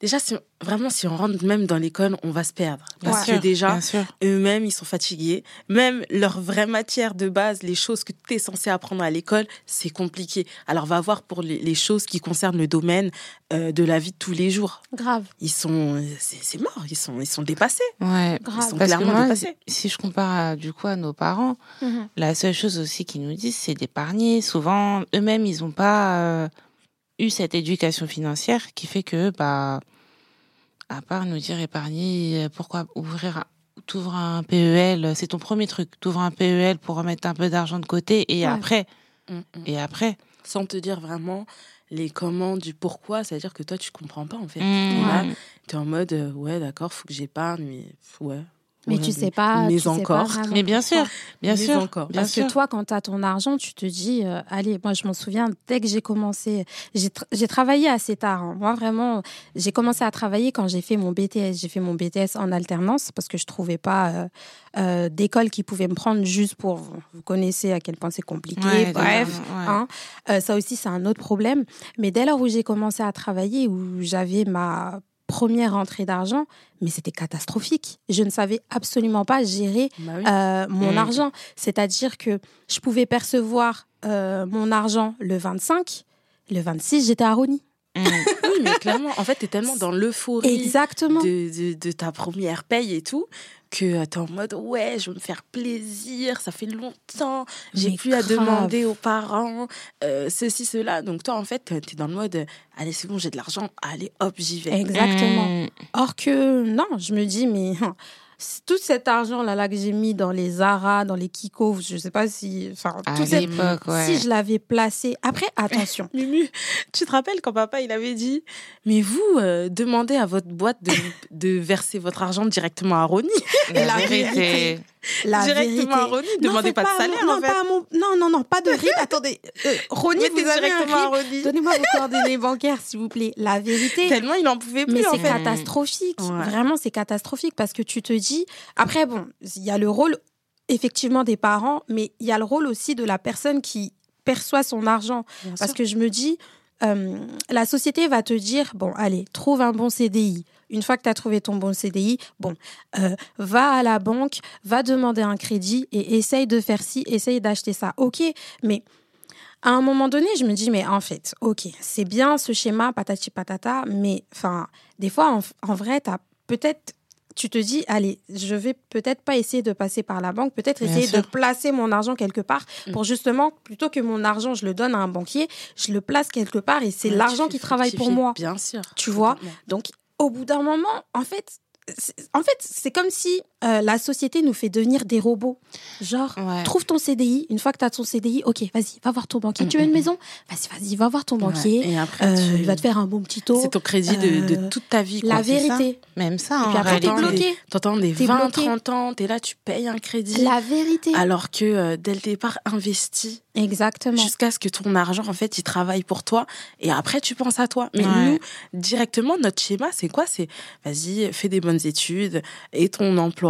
[SPEAKER 3] Déjà, si- vraiment, si on rentre même dans l'école, on va se perdre.
[SPEAKER 2] Bien
[SPEAKER 3] Parce
[SPEAKER 2] sûr,
[SPEAKER 3] que déjà,
[SPEAKER 2] bien sûr.
[SPEAKER 3] eux-mêmes, ils sont fatigués. Même leur vraie matière de base, les choses que tu es censé apprendre à l'école, c'est compliqué. Alors, va voir pour les, les choses qui concernent le domaine euh, de la vie de tous les jours.
[SPEAKER 1] Grave.
[SPEAKER 3] Ils sont. C'est c'est mort, ils sont, ils sont dépassés.
[SPEAKER 2] Ouais.
[SPEAKER 1] Grave.
[SPEAKER 3] Ils sont
[SPEAKER 2] Parce que
[SPEAKER 3] clairement
[SPEAKER 2] moi,
[SPEAKER 3] dépassés.
[SPEAKER 2] si je compare à- du coup à nos parents,
[SPEAKER 1] Mhm.
[SPEAKER 2] La seule chose aussi qu'ils nous disent, c'est d'épargner. Souvent, eux-mêmes, ils n'ont pas euh, eu cette éducation financière qui fait que, bah, à part nous dire épargner, euh, pourquoi ouvrir un, t'ouvres un PEL, c'est ton premier truc, t'ouvres un PEL pour remettre un peu d'argent de côté et
[SPEAKER 1] Ouais.
[SPEAKER 2] après,
[SPEAKER 3] Mm, mm.
[SPEAKER 2] et après.
[SPEAKER 3] sans te dire vraiment les comment du pourquoi, c'est-à-dire que toi tu comprends pas en fait.
[SPEAKER 1] Mm,
[SPEAKER 2] Mmh.
[SPEAKER 3] Là, tu es en mode euh, ouais d'accord, faut que j'épargne mais pff, ouais.
[SPEAKER 1] Mais
[SPEAKER 3] ouais,
[SPEAKER 1] tu sais pas.
[SPEAKER 3] mais
[SPEAKER 1] tu sais
[SPEAKER 3] encore.
[SPEAKER 1] pas vraiment
[SPEAKER 2] Mais bien sûr,
[SPEAKER 1] pourquoi.
[SPEAKER 2] bien
[SPEAKER 3] Mais
[SPEAKER 2] sûr,
[SPEAKER 3] encore.
[SPEAKER 2] bien
[SPEAKER 1] Parce
[SPEAKER 2] sûr.
[SPEAKER 1] que toi, quand tu as ton argent, tu te dis, euh, allez, moi je m'en souviens, dès que j'ai commencé, j'ai tra- j'ai travaillé assez tard. hein. Moi vraiment, j'ai commencé à travailler quand j'ai fait mon BTS. J'ai fait mon BTS en alternance parce que je trouvais pas euh, euh, d'école qui pouvait me prendre juste pour... Vous connaissez à quel point c'est compliqué.
[SPEAKER 2] Ouais,
[SPEAKER 1] Bref,
[SPEAKER 2] ouais.
[SPEAKER 1] hein. Euh, ça aussi, c'est un autre problème. Mais dès lors où j'ai commencé à travailler, où j'avais ma première rentrée d'argent, mais c'était catastrophique. Je ne savais absolument pas gérer
[SPEAKER 3] Bah oui.
[SPEAKER 1] euh, mon
[SPEAKER 2] Mm.
[SPEAKER 1] argent. C'est-à-dire que je pouvais percevoir euh, mon argent le 25. Le 26, j'étais à Rony.
[SPEAKER 2] Mmh.
[SPEAKER 3] Oui, mais clairement, en fait, tu es tellement dans l'euphorie
[SPEAKER 1] Exactement.
[SPEAKER 3] de, de- de ta première paye et tout que tu es en mode ouais, je vais me faire plaisir, ça fait longtemps, j'ai
[SPEAKER 1] Mais
[SPEAKER 3] plus à
[SPEAKER 1] grave.
[SPEAKER 3] demander aux parents, euh, ceci, cela. Donc toi, en fait, tu es dans le mode euh, allez, c'est bon, j'ai de l'argent, allez, hop, j'y vais.
[SPEAKER 1] Exactement.
[SPEAKER 2] Mmh.
[SPEAKER 1] Or que non, je me dis, mais hein, c- tout cet argent-là là, que j'ai mis dans les Zara, dans les Kiko, je sais pas si. Enfin,
[SPEAKER 2] À
[SPEAKER 1] tout cette-
[SPEAKER 2] l'époque, ouais.
[SPEAKER 1] Si je l'avais placé. Après, attention.
[SPEAKER 3] Mumu, tu te rappelles quand papa il avait dit Mais vous, euh, demandez à votre boîte de, de verser votre argent directement à Ronnie.
[SPEAKER 2] La,
[SPEAKER 1] la
[SPEAKER 2] vérité.
[SPEAKER 1] La
[SPEAKER 3] directement
[SPEAKER 1] vérité.
[SPEAKER 3] à Ronnie,
[SPEAKER 1] Non,
[SPEAKER 3] demandez
[SPEAKER 1] faites
[SPEAKER 3] pas de
[SPEAKER 1] à mon-
[SPEAKER 3] salaire
[SPEAKER 1] non,
[SPEAKER 3] en fait.
[SPEAKER 1] pas à mon- non, non, non, pas de RIB. Attendez, euh, Ronnie,
[SPEAKER 3] Mettez
[SPEAKER 1] vous avez un
[SPEAKER 3] directement à
[SPEAKER 1] RIB.
[SPEAKER 3] Ronnie.
[SPEAKER 1] Donnez-moi vos coordonnées bancaires, s'il vous plaît. La vérité.
[SPEAKER 3] Tellement il en pouvait plus
[SPEAKER 1] Mais
[SPEAKER 3] en
[SPEAKER 1] c'est
[SPEAKER 3] fait.
[SPEAKER 1] catastrophique.
[SPEAKER 3] Ouais.
[SPEAKER 1] Vraiment, c'est catastrophique parce que tu te dis. Après, bon, il y a le rôle effectivement des parents, mais il y a le rôle aussi de la personne qui perçoit son argent.
[SPEAKER 3] hein.
[SPEAKER 1] Parce que je me dis, euh, la société va te dire bon, allez, trouve un bon CDI. Une fois que tu as trouvé ton bon CDI, bon, euh, va à la banque, va demander un crédit et essaye de faire ci, essaye d'acheter ça. Ok, mais à un moment donné, je me dis mais en fait, ok, c'est bien ce schéma patati patata, mais enfin, des fois, en, en vrai, t'as peut-être tu te dis, allez, je vais peut-être pas essayer de passer par la banque, peut-être
[SPEAKER 2] Bien
[SPEAKER 1] essayer de
[SPEAKER 2] sûr.
[SPEAKER 1] placer mon argent quelque part
[SPEAKER 3] Mm.
[SPEAKER 1] pour justement, plutôt que mon argent, je le donne à un banquier, je le place quelque part et c'est
[SPEAKER 3] Ouais, tu
[SPEAKER 1] l'argent
[SPEAKER 3] fais
[SPEAKER 1] qui travaille pour
[SPEAKER 3] fructifier,
[SPEAKER 1] moi.
[SPEAKER 3] Bien sûr.
[SPEAKER 1] Tu vois
[SPEAKER 3] Totalement.
[SPEAKER 1] Donc, au bout d'un moment, en fait, c'est- en fait, c'est comme si euh, la société nous fait devenir des robots. Genre,
[SPEAKER 2] Ouais.
[SPEAKER 1] trouve ton CDI. Une fois que tu as ton CDI, ok, vas-y, va voir ton banquier.
[SPEAKER 2] Mm,
[SPEAKER 1] Tu veux une
[SPEAKER 2] mm,
[SPEAKER 1] maison Vas-y, vas-y, va voir ton
[SPEAKER 3] Ouais.
[SPEAKER 1] banquier.
[SPEAKER 3] Et après,
[SPEAKER 1] Euh,
[SPEAKER 3] tu-
[SPEAKER 1] Il va te faire un bon petit taux.
[SPEAKER 3] C'est ton crédit de, de
[SPEAKER 1] euh,
[SPEAKER 3] toute ta vie.
[SPEAKER 1] La
[SPEAKER 3] quoi, c'est ça
[SPEAKER 1] vérité.
[SPEAKER 2] Même ça, hein,
[SPEAKER 1] Et
[SPEAKER 2] en
[SPEAKER 1] puis après, t'es
[SPEAKER 2] réalité.
[SPEAKER 3] réalité.
[SPEAKER 1] bloqué.
[SPEAKER 3] T'entends des
[SPEAKER 1] T'es
[SPEAKER 3] 20,
[SPEAKER 1] bloqué.
[SPEAKER 3] 30 ans, t'es là, tu payes un crédit.
[SPEAKER 1] La vérité.
[SPEAKER 3] Alors que euh, dès le départ, investis
[SPEAKER 1] Exactement.
[SPEAKER 3] jusqu'à ce que ton argent, en fait, il travaille pour toi. Et après, tu penses à toi. Mais
[SPEAKER 2] Ouais.
[SPEAKER 3] nous, directement, notre schéma, c'est quoi C'est vas-y, fais des bonnes études et ton emploi,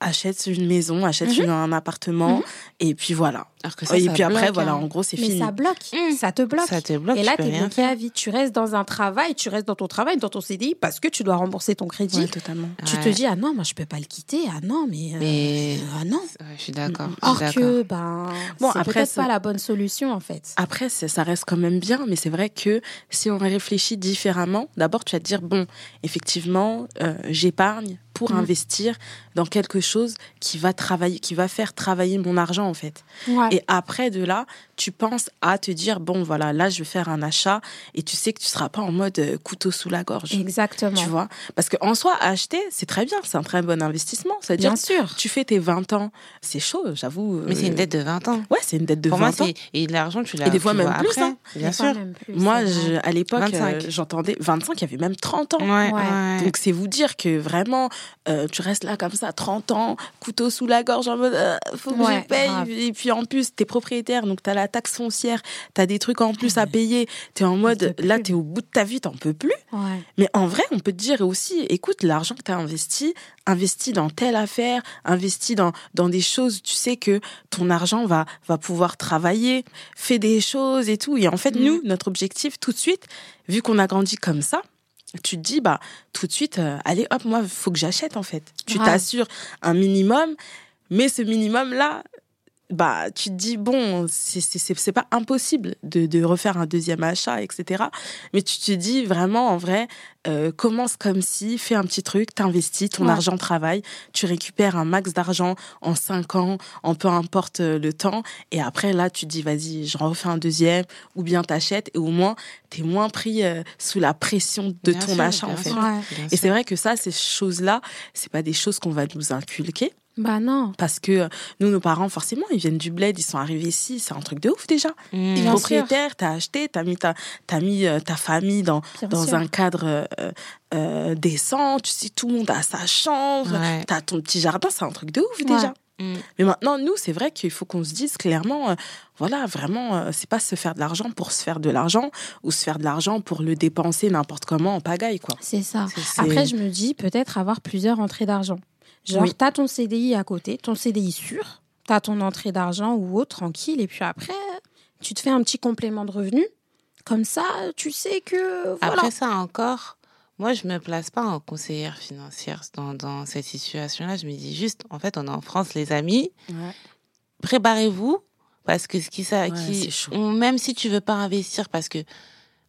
[SPEAKER 3] achète une maison, achète
[SPEAKER 1] Mhm.
[SPEAKER 3] une- un appartement.
[SPEAKER 1] Mhm.
[SPEAKER 3] Et puis voilà.
[SPEAKER 2] Alors que ça,
[SPEAKER 3] et
[SPEAKER 2] ça
[SPEAKER 3] puis après,
[SPEAKER 2] bloque,
[SPEAKER 3] voilà,
[SPEAKER 2] hein.
[SPEAKER 3] en gros, c'est
[SPEAKER 1] Mais
[SPEAKER 3] fini.
[SPEAKER 1] ça bloque.
[SPEAKER 2] Mm.
[SPEAKER 1] Ça te bloque.
[SPEAKER 2] Ça te bloque,
[SPEAKER 1] Et là,
[SPEAKER 2] tu peux
[SPEAKER 1] t'es
[SPEAKER 2] rien
[SPEAKER 1] bloqué à vie. Tu restes dans un travail, tu restes dans ton travail, dans ton CDI, parce que tu dois rembourser ton crédit.
[SPEAKER 3] Ouais, totalement.
[SPEAKER 1] Tu te
[SPEAKER 2] Ouais.
[SPEAKER 1] dis, ah non, moi, je peux pas le quitter. Ah non, mais. euh,
[SPEAKER 2] Mais-
[SPEAKER 1] Ah non.
[SPEAKER 2] Ouais, je suis d'accord. je suis
[SPEAKER 1] Or
[SPEAKER 2] d'accord.
[SPEAKER 1] que, ben.
[SPEAKER 3] Bon,
[SPEAKER 1] c'est
[SPEAKER 3] après,
[SPEAKER 1] peut-être
[SPEAKER 3] ça-
[SPEAKER 1] pas la bonne solution, en fait.
[SPEAKER 3] Après, ça ça reste quand même bien, mais c'est vrai que si on réfléchit différemment, d'abord tu vas te dire bon, effectivement, euh, j'épargne pour
[SPEAKER 1] Mm.
[SPEAKER 3] investir dans quelque chose qui va travailler, qui va faire travailler mon argent en fait.
[SPEAKER 1] Ouais.
[SPEAKER 2] Ah.
[SPEAKER 3] Et après de là, tu penses à te dire bon voilà, là je vais faire un achat et tu sais que tu seras pas en mode euh, couteau sous la gorge.
[SPEAKER 1] Exactement.
[SPEAKER 3] Tu vois Parce que en soi, acheter, c'est très bien, c'est un très bon investissement. C'est-à-dire,
[SPEAKER 1] Bien sûr.
[SPEAKER 3] tu fais tes 20 ans, c'est chaud, j'avoue.
[SPEAKER 2] Mais c'est une
[SPEAKER 3] euh,
[SPEAKER 2] dette de 20 ans.
[SPEAKER 3] Ouais, c'est une dette de
[SPEAKER 2] Pour
[SPEAKER 3] 20
[SPEAKER 2] moi,
[SPEAKER 3] ans.
[SPEAKER 2] c'est. Et de l'argent, tu l'as.
[SPEAKER 3] Et des fois
[SPEAKER 2] tu
[SPEAKER 3] même
[SPEAKER 2] vois
[SPEAKER 3] plus,
[SPEAKER 2] après,
[SPEAKER 3] hein.
[SPEAKER 2] Bien
[SPEAKER 1] Des
[SPEAKER 2] sûr.
[SPEAKER 1] fois, même plus,
[SPEAKER 3] Moi,
[SPEAKER 1] c'est
[SPEAKER 3] je,
[SPEAKER 1] vrai.
[SPEAKER 3] à l'époque,
[SPEAKER 2] 25.
[SPEAKER 3] euh, j'entendais 25, il y avait même 30 ans.
[SPEAKER 2] Ouais,
[SPEAKER 1] Ouais.
[SPEAKER 2] ouais.
[SPEAKER 3] Donc, c'est vous dire que vraiment, euh, tu restes là comme ça, 30 ans, couteau sous la gorge, en mode, euh, faut que
[SPEAKER 1] Ouais,
[SPEAKER 3] je paye.
[SPEAKER 1] grave.
[SPEAKER 3] Et puis, en plus, t'es propriétaire, donc t'as la taxe foncière, t'as des trucs en plus à payer. T'es en mode,
[SPEAKER 1] peux
[SPEAKER 3] là,
[SPEAKER 1] plus.
[SPEAKER 3] t'es au bout de ta vie, t'en peux plus.
[SPEAKER 1] Ouais.
[SPEAKER 3] Mais en vrai, on peut te dire aussi, écoute, l'argent que tu as investi, investi dans telle affaire, investi dans, dans des choses, tu sais que ton argent va, va pouvoir travailler, fais des choses et tout. Et en fait,
[SPEAKER 1] Mhm.
[SPEAKER 3] nous, notre objectif, tout de suite, vu qu'on a grandi comme ça, tu te dis, bah, tout de suite, euh, allez, hop, moi, faut que j'achète, en fait. Tu
[SPEAKER 1] Grave.
[SPEAKER 3] t'assures un minimum, mais ce minimum-là, bah, tu te dis, bon, c'est- c'est c'est- c'est pas impossible de, de refaire un deuxième achat, etc. Mais tu te dis vraiment, en vrai, euh, commence comme si, fais un petit truc, t'investis, ton
[SPEAKER 1] Ouais.
[SPEAKER 3] argent travaille, tu récupères un max d'argent en 5 ans, en peu importe euh, le temps. Et après, là, tu te dis, vas-y, j'en refais un deuxième, ou bien t'achètes, et au moins, t'es moins pris euh, sous la pression de
[SPEAKER 2] Bien
[SPEAKER 3] ton
[SPEAKER 2] sûr,
[SPEAKER 3] achat, en
[SPEAKER 2] bien
[SPEAKER 3] fait.
[SPEAKER 2] sûr,
[SPEAKER 1] Ouais.
[SPEAKER 2] bien
[SPEAKER 3] Et
[SPEAKER 2] sûr.
[SPEAKER 3] c'est vrai que ça, ces choses-là, c'est pas des choses qu'on va nous inculquer.
[SPEAKER 1] Bah non.
[SPEAKER 3] Parce que euh, nous, nos parents, forcément, ils viennent du bled, ils sont arrivés ici, c'est un truc de ouf déjà.
[SPEAKER 2] Mm.
[SPEAKER 3] T'es
[SPEAKER 1] Bien
[SPEAKER 3] propriétaire, t'as acheté, t'as mis, ta, t'as mis euh, ta famille dans,
[SPEAKER 1] Bien
[SPEAKER 3] dans
[SPEAKER 1] sûr.
[SPEAKER 3] un cadre euh, euh, décent, tu sais, tout le monde a sa chambre,
[SPEAKER 2] Ouais.
[SPEAKER 3] t'as ton petit jardin, c'est un truc de ouf déjà.
[SPEAKER 2] Mm.
[SPEAKER 3] Mais maintenant, nous, c'est vrai qu'il faut qu'on se dise clairement, euh, voilà, vraiment, euh, c'est pas se faire de l'argent pour se faire de l'argent ou se faire de l'argent pour le dépenser n'importe comment en pagaille, quoi.
[SPEAKER 1] C'est ça.
[SPEAKER 3] C'est- c'est-
[SPEAKER 1] Ah. Après, je me dis peut-être avoir plusieurs entrées d'argent. Genre,
[SPEAKER 3] Oui.
[SPEAKER 1] t'as ton CDI à côté, ton CDI sûr, t'as ton entrée d'argent ou autre, tranquille, et puis après, tu te fais un petit complément de revenu. Comme ça, tu sais que. Voilà.
[SPEAKER 2] Après ça encore, moi je me place pas en conseillère financière dans, dans cette situation-là. Je me dis juste, en fait, on est en France, les amis. Préparez-vous parce que ce qui ça,
[SPEAKER 3] Ouais, c'est
[SPEAKER 2] qui,
[SPEAKER 3] chaud.
[SPEAKER 2] on- même si tu veux pas investir, parce que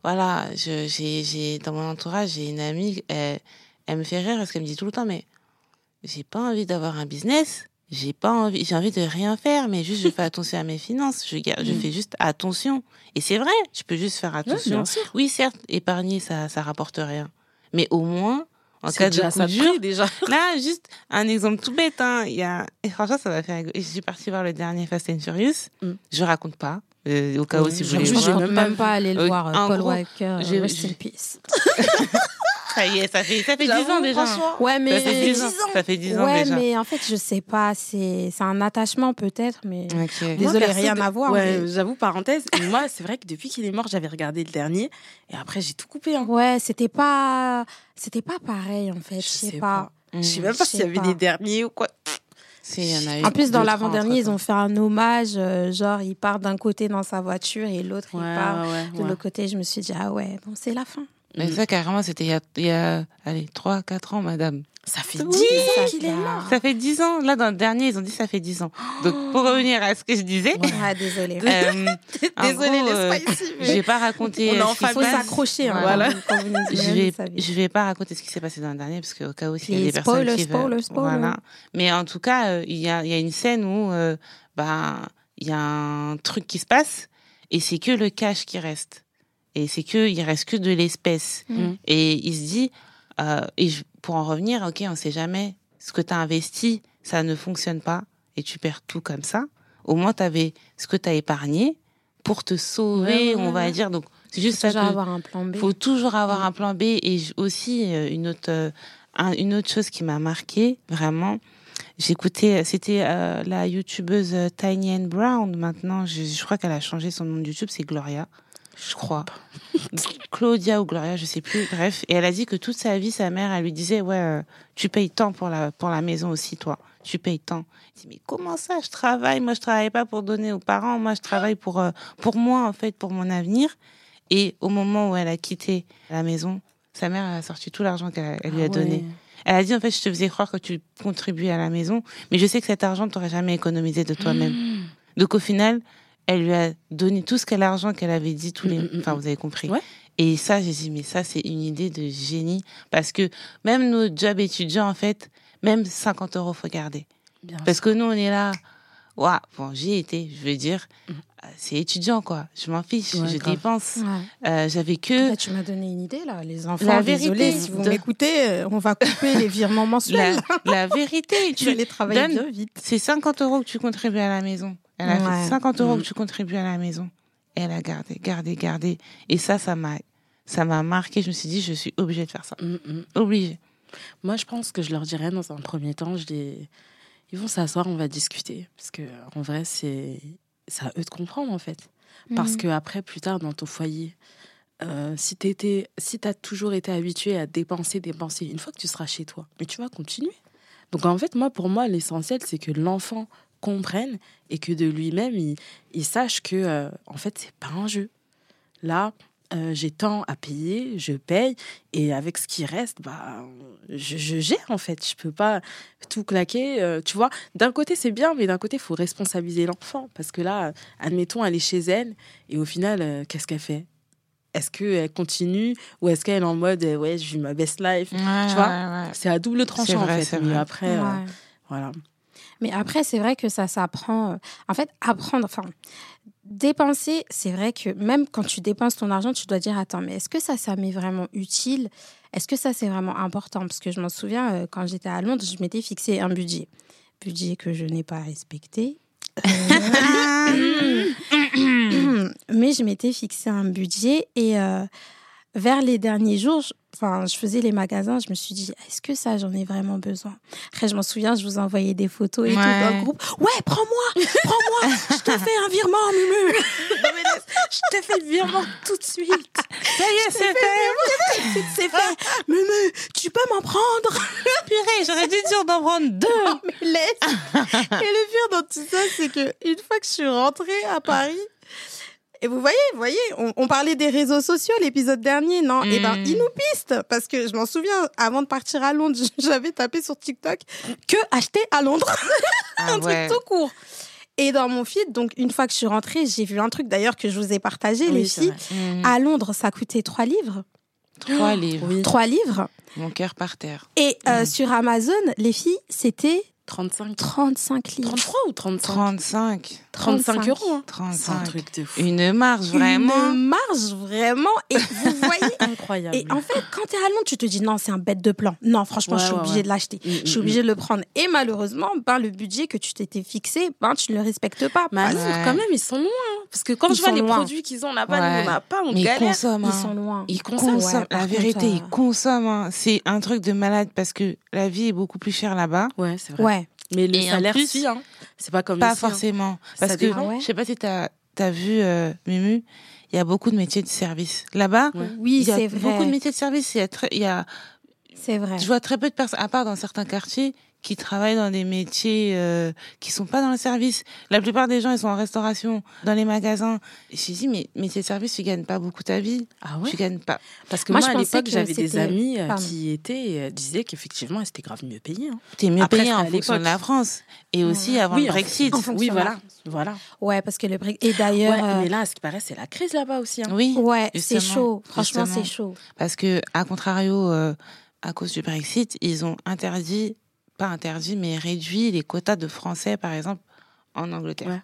[SPEAKER 2] voilà, je- j'ai j'ai- dans mon entourage j'ai une amie, elle, elle me fait rire parce qu'elle me dit tout le temps, mais j'ai pas envie d'avoir un business. J'ai pas envie, j'ai envie de rien faire, mais juste je fais attention à mes finances. Je, garde- je
[SPEAKER 3] Mm.
[SPEAKER 2] fais juste attention. Et c'est vrai, je peux juste faire
[SPEAKER 3] Ouais,
[SPEAKER 2] attention.
[SPEAKER 3] bien sûr.
[SPEAKER 2] Oui, certes, épargner, ça ça rapporte rien. Mais au moins, En
[SPEAKER 3] C'est
[SPEAKER 2] cas de
[SPEAKER 3] déjà
[SPEAKER 2] coup
[SPEAKER 3] ça de
[SPEAKER 2] dur,
[SPEAKER 3] pris, déjà.
[SPEAKER 2] Là, Ah, juste un exemple tout bête. Hein. Il y a... Et franchement, ça va faire. rigoler. Je suis partie voir le dernier Fast and Furious.
[SPEAKER 3] Mm.
[SPEAKER 2] Je raconte pas. euh, au cas où
[SPEAKER 3] Oui,
[SPEAKER 2] si vous
[SPEAKER 3] j'avoue,
[SPEAKER 2] voulez
[SPEAKER 1] Je
[SPEAKER 3] j'ai
[SPEAKER 1] ne compte
[SPEAKER 2] voir.
[SPEAKER 3] même pas
[SPEAKER 1] même pas aller le
[SPEAKER 2] Euh,
[SPEAKER 1] voir.
[SPEAKER 2] en
[SPEAKER 1] Paul
[SPEAKER 2] gros,
[SPEAKER 1] Walker, euh,
[SPEAKER 2] j'ai-
[SPEAKER 1] rest in
[SPEAKER 2] j'ai-
[SPEAKER 1] peace.
[SPEAKER 2] Ça y est, ça fait, ça fait 10
[SPEAKER 3] J'avoue,
[SPEAKER 2] ans déjà.
[SPEAKER 3] franchement.
[SPEAKER 1] Ouais,
[SPEAKER 2] Ça
[SPEAKER 1] mais.
[SPEAKER 2] fait 10 ans. Ça fait 10 ans
[SPEAKER 1] ouais,
[SPEAKER 2] déjà.
[SPEAKER 1] mais en fait, je sais pas. C'est c'est un attachement peut-être, mais.
[SPEAKER 2] Ok.
[SPEAKER 3] Moi,
[SPEAKER 1] Désolée,
[SPEAKER 3] perso,
[SPEAKER 1] rien
[SPEAKER 3] de-
[SPEAKER 1] à voir.
[SPEAKER 3] Ouais,
[SPEAKER 1] mais-
[SPEAKER 3] j'avoue, parenthèse. mais Moi, c'est vrai que depuis qu'il est mort, j'avais regardé le dernier. Et après, j'ai tout coupé.
[SPEAKER 2] Mm.
[SPEAKER 3] hein.
[SPEAKER 1] Ouais, c'était pas. C'était pas pareil, en fait.
[SPEAKER 3] Je
[SPEAKER 1] Je sais
[SPEAKER 3] sais
[SPEAKER 1] pas.
[SPEAKER 2] Mmh.
[SPEAKER 3] Je sais même pas
[SPEAKER 1] Je
[SPEAKER 3] s'il y
[SPEAKER 1] sais
[SPEAKER 3] avait
[SPEAKER 1] pas.
[SPEAKER 3] des derniers ou quoi.
[SPEAKER 2] Si, il y en a eu
[SPEAKER 1] En plus, dans
[SPEAKER 2] deux,
[SPEAKER 1] l'avant-dernier, ils
[SPEAKER 2] trois
[SPEAKER 1] ont fait un hommage. euh, genre, il part d'un côté dans sa voiture et l'autre, il part de l'autre côté. Je me suis dit, ah ouais, bon, c'est la fin.
[SPEAKER 2] entre-temps. Mais ça, carrément, c'était il y a, il y a allez, 3, 4 ans, madame.
[SPEAKER 3] Ça fait
[SPEAKER 1] Ah,
[SPEAKER 2] Oui,
[SPEAKER 3] 10 ans
[SPEAKER 1] ça,
[SPEAKER 3] qu'il est
[SPEAKER 1] ça-
[SPEAKER 3] mort.
[SPEAKER 2] Ça fait 10 ans. Là, dans le dernier, ils ont dit ça fait 10 ans. Donc, pour revenir à ce que je disais.
[SPEAKER 1] Ah, désolé.
[SPEAKER 2] euh, en
[SPEAKER 3] Désolée,
[SPEAKER 2] gros, euh,
[SPEAKER 3] laisse pas ici. mais-
[SPEAKER 2] J'ai pas raconté.
[SPEAKER 3] On est
[SPEAKER 2] euh,
[SPEAKER 3] en
[SPEAKER 2] ce qui se
[SPEAKER 1] faut
[SPEAKER 3] famille.
[SPEAKER 2] passe.
[SPEAKER 1] s'accrocher. hein,
[SPEAKER 2] Voilà.
[SPEAKER 1] quand vous- quand vous nous dites
[SPEAKER 2] Je
[SPEAKER 1] rien,
[SPEAKER 2] vais,
[SPEAKER 1] vous savez.
[SPEAKER 2] je vais pas raconter ce qui s'est passé dans le dernier parce que au cas où s'il y a
[SPEAKER 1] Les
[SPEAKER 2] des personnes
[SPEAKER 1] spoilers,
[SPEAKER 2] qui veulent-
[SPEAKER 1] spoilers, spoilers.
[SPEAKER 2] voilà. Mais en tout cas, euh, il y, a, il y a une scène où euh, ben, il y a un truc qui se passe et c'est que le cash qui reste et c'est que il reste que de l'espèce
[SPEAKER 1] Mm.
[SPEAKER 2] et il se dit euh, et je- pour en revenir, ok, on sait jamais ce que tu as investi, ça ne fonctionne pas et tu perds tout comme ça. Au moins, tu avais ce que tu as épargné pour te sauver,
[SPEAKER 3] Ouais, ouais,
[SPEAKER 2] on va
[SPEAKER 3] ouais.
[SPEAKER 2] dire. Donc, c'est juste
[SPEAKER 1] Faut
[SPEAKER 2] ça
[SPEAKER 1] toujours
[SPEAKER 2] que
[SPEAKER 1] avoir un plan B.
[SPEAKER 2] faut toujours avoir un plan B et j- aussi euh, une autre euh, un- une autre chose qui m'a marqué vraiment. J'écoutais c'était euh, la youtubeuse euh, Tiny Ann Brown maintenant je, je crois qu'elle a changé son nom de YouTube c'est Gloria je crois Claudia ou Gloria je sais plus bref et elle a dit que toute sa vie sa mère elle lui disait ouais euh, tu payes tant pour la pour la maison aussi toi tu payes tant elle dit mais comment ça je travaille moi je travaille pas pour donner aux parents moi je travaille pour euh, pour moi en fait pour mon avenir et au moment où elle a quitté la maison, sa mère elle a sorti tout l'argent qu'elle a- elle lui a
[SPEAKER 3] Ah
[SPEAKER 2] donné.
[SPEAKER 3] ouais.
[SPEAKER 2] Elle a dit en fait, je te faisais croire que tu contribuais à la maison, mais je sais que cet argent, tu n'aurais jamais économisé de toi-même.
[SPEAKER 3] Mmh.
[SPEAKER 2] Donc au final, elle lui a donné tout ce qu'elle l'argent qu'elle avait dit tous les.
[SPEAKER 3] Mm, mm, mm,
[SPEAKER 2] Enfin, vous avez compris.
[SPEAKER 3] Ouais.
[SPEAKER 2] Et ça, j'ai dit mais ça c'est une idée de génie parce que même nos jobs étudiants en fait, même 50 euros faut garder
[SPEAKER 3] Bien
[SPEAKER 2] parce que nous on est là. Ouah, bon, j'y étais, je veux dire, euh, c'est étudiant quoi. Je m'en fiche,
[SPEAKER 3] Ouais,
[SPEAKER 2] je
[SPEAKER 3] grave.
[SPEAKER 2] dépense.
[SPEAKER 1] Ouais.
[SPEAKER 2] Euh, J'avais que
[SPEAKER 1] Là, tu m'as donné une idée, là, les enfants.
[SPEAKER 2] La
[SPEAKER 1] désolée,
[SPEAKER 2] vérité
[SPEAKER 1] si vous
[SPEAKER 2] de-
[SPEAKER 1] m'écoutez, euh, on va couper les virements mensuels.
[SPEAKER 2] la, la vérité,
[SPEAKER 1] Je vais
[SPEAKER 2] tu,
[SPEAKER 1] aller travailler
[SPEAKER 2] donne-
[SPEAKER 1] bien vite.
[SPEAKER 2] c'est 50 euros que tu contribues à la maison. Elle a
[SPEAKER 1] Ouais.
[SPEAKER 2] fait 50 euros
[SPEAKER 3] Mhm.
[SPEAKER 2] que tu contribues à la maison. Elle a gardé, gardé, gardé. Et ça, ça m'a, ça m'a marqué. Je me suis dit, je suis obligée de faire ça.
[SPEAKER 3] Mmh, mmh.
[SPEAKER 2] Obligée.
[SPEAKER 3] Moi, je pense que je leur dirais dans un premier temps, je les... ils vont s'asseoir, on va discuter. Parce que en vrai, c'est c'est à eux de comprendre, en fait.
[SPEAKER 1] Mhm.
[SPEAKER 3] Parce que après, plus tard, dans ton foyer, euh, si tu si as toujours été habitué à dépenser, dépenser, une fois que tu seras chez toi, mais tu vas continuer. Donc en fait, moi, pour moi, l'essentiel, c'est que l'enfant comprenne et que de lui-même, il, il sache que, euh, en fait, c'est pas un jeu. Là, euh, j'ai tant à payer, je paye, et avec ce qui reste, bah, je, je gère en fait. Je peux pas tout claquer, euh, tu vois. D'un côté, c'est bien, mais d'un côté, il faut responsabiliser l'enfant. Parce que là, admettons, elle est chez elle, et au final, euh, qu'est-ce qu'elle fait Est-ce qu'elle continue ou est-ce qu'elle est en mode, euh, ouais, je vis ma best life
[SPEAKER 2] Ouais,
[SPEAKER 3] vois
[SPEAKER 2] ouais, ouais.
[SPEAKER 3] C'est à double tranchant
[SPEAKER 2] vrai,
[SPEAKER 3] en
[SPEAKER 2] c'est
[SPEAKER 3] fait. Mais
[SPEAKER 2] vrai.
[SPEAKER 3] après, euh,
[SPEAKER 1] Ouais.
[SPEAKER 3] voilà.
[SPEAKER 1] Mais après, c'est vrai que ça s'apprend. euh, En fait, apprendre, enfin, dépenser, c'est vrai que même quand tu dépenses ton argent, tu dois dire attends, mais est-ce que ça, ça m'est vraiment utile Est-ce que ça, c'est vraiment important Parce que je m'en souviens, euh, quand j'étais à Londres, je m'étais fixé un budget. Budget que je n'ai pas respecté. Euh, mais je m'étais fixé un budget et euh, vers les derniers jours, je, enfin, je faisais les magasins, je me suis dit, est-ce que ça, j'en ai vraiment besoin Après, je m'en souviens, je vous envoyais des photos et tout
[SPEAKER 2] Ouais.
[SPEAKER 1] dans le groupe. Ouais, prends-moi, prends-moi, je te fais un virement, Mumu.
[SPEAKER 3] Je te fais le virement tout de suite.
[SPEAKER 2] Ça y est, c'est fait.
[SPEAKER 1] C'est fait, Mumu, tu peux m'en prendre.
[SPEAKER 2] Purée, j'aurais dû dire d'en prendre deux.
[SPEAKER 1] Mais laisse. Et le pire dans tout ça, c'est que une fois que je suis rentrée à Paris, et vous voyez, vous voyez, on, on parlait des réseaux sociaux l'épisode dernier, non Eh ben,
[SPEAKER 2] Mm.
[SPEAKER 1] ils nous pistent parce que je m'en souviens, avant de partir à Londres, j'avais tapé sur TikTok que acheter à Londres.
[SPEAKER 2] Ah
[SPEAKER 1] un
[SPEAKER 2] ouais.
[SPEAKER 1] truc tout court. Et dans mon feed, donc une fois que je suis rentrée, j'ai vu un truc d'ailleurs que je vous ai partagé, les
[SPEAKER 3] Oui, c'est
[SPEAKER 1] filles.
[SPEAKER 3] vrai.
[SPEAKER 2] Mhm.
[SPEAKER 1] À Londres, ça coûtait 3 livres.
[SPEAKER 2] Trois livres.
[SPEAKER 1] Trois livres.
[SPEAKER 2] Mon cœur par terre.
[SPEAKER 1] Et euh,
[SPEAKER 2] Mm.
[SPEAKER 1] sur Amazon, les filles, c'était
[SPEAKER 3] 35.
[SPEAKER 1] 35 livres.
[SPEAKER 3] 33 ou 35
[SPEAKER 2] 35.
[SPEAKER 3] 35
[SPEAKER 1] 35.
[SPEAKER 3] euros. hein. C'est un
[SPEAKER 2] 35.
[SPEAKER 3] truc de fou.
[SPEAKER 2] Une marge, vraiment.
[SPEAKER 1] Une marge, vraiment. Et vous voyez,
[SPEAKER 3] Incroyable. Mm,
[SPEAKER 1] Et en fait, quand t'es allemande, tu te dis non, c'est un bête de plan. Non, franchement,
[SPEAKER 3] Ouais,
[SPEAKER 1] je suis
[SPEAKER 3] ouais,
[SPEAKER 1] obligée
[SPEAKER 3] ouais.
[SPEAKER 1] de l'acheter.
[SPEAKER 3] Mm,
[SPEAKER 1] Je suis
[SPEAKER 3] mm,
[SPEAKER 1] obligée de le prendre. Et malheureusement, ben, le budget que tu t'étais fixé, ben, tu ne le respectes pas.
[SPEAKER 3] Bah, Mais
[SPEAKER 1] Parce-
[SPEAKER 3] alors,
[SPEAKER 2] Ouais.
[SPEAKER 3] quand même, ils sont loin. hein. Parce que quand
[SPEAKER 1] Ils
[SPEAKER 3] je vois
[SPEAKER 1] sont
[SPEAKER 3] les
[SPEAKER 1] loin.
[SPEAKER 3] produits qu'ils ont là-bas, nous,
[SPEAKER 2] Ouais.
[SPEAKER 3] on n'a pas, on
[SPEAKER 2] Mais ils
[SPEAKER 3] galère.
[SPEAKER 2] consomment.
[SPEAKER 1] Ils
[SPEAKER 2] hein.
[SPEAKER 1] sont loin.
[SPEAKER 2] Ils
[SPEAKER 1] consomment,
[SPEAKER 2] consomment.
[SPEAKER 1] ouais, par
[SPEAKER 2] la
[SPEAKER 1] contre,
[SPEAKER 2] vérité,
[SPEAKER 1] euh,
[SPEAKER 2] ils consomment. hein. C'est un truc de malade parce que la vie est beaucoup plus chère là-bas.
[SPEAKER 3] Ouais, c'est vrai.
[SPEAKER 1] Ouais.
[SPEAKER 3] Mais le
[SPEAKER 2] Et en
[SPEAKER 3] salaire,
[SPEAKER 2] plus,
[SPEAKER 3] si, hein. C'est pas comme
[SPEAKER 2] Pas
[SPEAKER 3] ici, hein.
[SPEAKER 2] forcément.
[SPEAKER 3] Ça
[SPEAKER 2] Parce que,
[SPEAKER 1] Ah
[SPEAKER 3] dépend.
[SPEAKER 1] ouais
[SPEAKER 2] je sais pas si t'as as vu, euh, Mumu, il y a beaucoup de métiers de service. Là-bas,
[SPEAKER 3] Ouais.
[SPEAKER 1] Oui,
[SPEAKER 2] il y a
[SPEAKER 1] c'est vrai.
[SPEAKER 2] beaucoup de métiers de service. Il y a très- il y a,
[SPEAKER 1] C'est vrai.
[SPEAKER 2] je vois très peu de personnes, à part dans certains quartiers, qui travaillent dans des métiers euh, qui sont pas dans le service. La plupart des gens, ils sont en restauration, dans les magasins. Et je me dis, mais métier de service, tu gagnes pas beaucoup ta vie.
[SPEAKER 3] Ah ouais
[SPEAKER 2] Tu gagnes pas.
[SPEAKER 3] Parce que
[SPEAKER 1] Moi,
[SPEAKER 3] moi,
[SPEAKER 1] je
[SPEAKER 3] à
[SPEAKER 1] pensais
[SPEAKER 3] l'époque,
[SPEAKER 1] que
[SPEAKER 3] j'avais des
[SPEAKER 1] c'était-
[SPEAKER 3] amis euh,
[SPEAKER 1] Pardon.
[SPEAKER 3] qui étaient, euh, disaient qu'effectivement, elles étaient grave mieux payées. hein.
[SPEAKER 2] T'es mieux
[SPEAKER 3] Après,
[SPEAKER 2] payé
[SPEAKER 3] c'était
[SPEAKER 2] en
[SPEAKER 3] à
[SPEAKER 2] fonction de
[SPEAKER 3] l'époque.
[SPEAKER 2] la France. Et aussi avant le
[SPEAKER 3] en-
[SPEAKER 2] Brexit.
[SPEAKER 1] en fonction
[SPEAKER 3] Oui,
[SPEAKER 1] de la
[SPEAKER 3] voilà. voilà.
[SPEAKER 1] Ouais, parce que le prix. Et d'ailleurs.
[SPEAKER 3] Ouais,
[SPEAKER 1] euh,
[SPEAKER 3] Mais là, à ce qui paraît, c'est la crise là-bas aussi. hein.
[SPEAKER 2] Oui.
[SPEAKER 1] Ouais, c'est
[SPEAKER 2] Justement,
[SPEAKER 1] chaud. Franchement,
[SPEAKER 2] justement.
[SPEAKER 1] c'est chaud.
[SPEAKER 2] Parce que, à contrario, euh, à cause du Brexit, ils ont interdit, pas interdit, mais réduit les quotas de Français, par exemple, en Angleterre.
[SPEAKER 3] Ouais.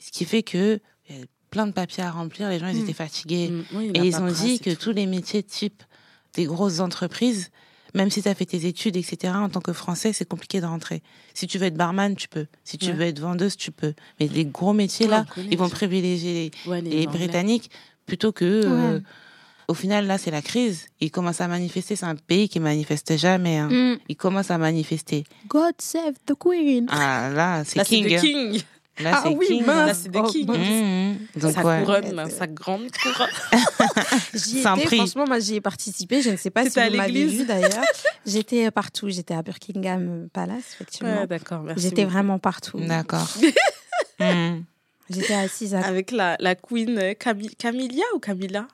[SPEAKER 2] Ce qui fait que il y a plein de papiers à remplir, les gens, ils
[SPEAKER 1] Mm.
[SPEAKER 2] étaient fatigués.
[SPEAKER 3] Mm, oui,
[SPEAKER 2] Et
[SPEAKER 3] la
[SPEAKER 2] ils ont
[SPEAKER 3] paperasse
[SPEAKER 2] dit
[SPEAKER 3] et
[SPEAKER 2] que tous
[SPEAKER 3] tout.
[SPEAKER 2] les métiers type des grosses entreprises, même si tu as fait tes études, etc., en tant que Français, c'est compliqué de rentrer. Si tu veux être barman, tu peux. Si tu
[SPEAKER 3] Ouais.
[SPEAKER 2] veux être vendeuse, tu peux. Mais les gros métiers,
[SPEAKER 3] Ouais,
[SPEAKER 2] là,
[SPEAKER 3] on connaît,
[SPEAKER 2] ils vont
[SPEAKER 3] ça.
[SPEAKER 2] privilégier
[SPEAKER 3] Ouais,
[SPEAKER 2] les, les
[SPEAKER 3] Anglais.
[SPEAKER 2] Britanniques plutôt que... euh, au final, là, c'est la crise. Ils commencent à manifester. C'est un pays qui manifeste jamais. hein.
[SPEAKER 1] Mm.
[SPEAKER 2] Ils commencent à manifester.
[SPEAKER 1] God save the Queen.
[SPEAKER 2] Ah là, c'est
[SPEAKER 3] Là, c'est
[SPEAKER 2] King.
[SPEAKER 3] The King.
[SPEAKER 2] Là,
[SPEAKER 1] Ah
[SPEAKER 2] c'est
[SPEAKER 1] oui,
[SPEAKER 2] King.
[SPEAKER 1] mince.
[SPEAKER 3] Là, c'est The
[SPEAKER 1] Oh,
[SPEAKER 3] King.
[SPEAKER 1] bon.
[SPEAKER 2] Mhm. Donc,
[SPEAKER 3] Sa
[SPEAKER 2] ouais.
[SPEAKER 3] couronne, hein, sa grande couronne.
[SPEAKER 1] J'y
[SPEAKER 2] C'est un
[SPEAKER 1] étais,
[SPEAKER 2] prix.
[SPEAKER 1] franchement, moi j'y ai participé. Je ne sais pas si
[SPEAKER 3] T'étais à
[SPEAKER 1] vous m'avez
[SPEAKER 3] l'église
[SPEAKER 1] vu d'ailleurs. J'étais euh, partout. J'étais à Buckingham euh, Palace, effectivement.
[SPEAKER 3] Ouais, D'accord, merci.
[SPEAKER 1] J'étais
[SPEAKER 3] beaucoup.
[SPEAKER 1] vraiment partout.
[SPEAKER 2] D'accord. Mhm.
[SPEAKER 1] J'étais assise à
[SPEAKER 3] Avec la, la queen euh, Cami- Camilla ou Camilla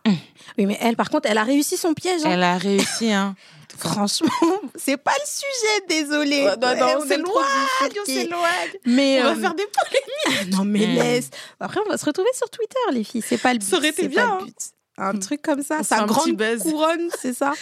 [SPEAKER 1] Oui, mais elle, par contre, elle a réussi son piège. hein.
[SPEAKER 2] Elle a réussi. Hein.
[SPEAKER 1] Franchement, c'est pas le sujet, désolé.
[SPEAKER 3] Ouais, non, non,
[SPEAKER 1] on s'éloigne,
[SPEAKER 3] on s'éloigne,
[SPEAKER 1] on
[SPEAKER 3] on s'éloigne.
[SPEAKER 1] Mais
[SPEAKER 3] On va
[SPEAKER 1] euh,
[SPEAKER 3] faire des
[SPEAKER 1] non, mais
[SPEAKER 2] Mm.
[SPEAKER 1] laisse. Après, on va se retrouver sur Twitter, les filles. C'est pas le but.
[SPEAKER 3] Ça aurait été
[SPEAKER 1] c'est
[SPEAKER 3] bien,
[SPEAKER 1] pas le
[SPEAKER 3] hein.
[SPEAKER 1] but. Un truc comme ça,
[SPEAKER 3] On se fait
[SPEAKER 1] sa
[SPEAKER 3] un petit
[SPEAKER 1] grande
[SPEAKER 3] buzz.
[SPEAKER 1] couronne, c'est ça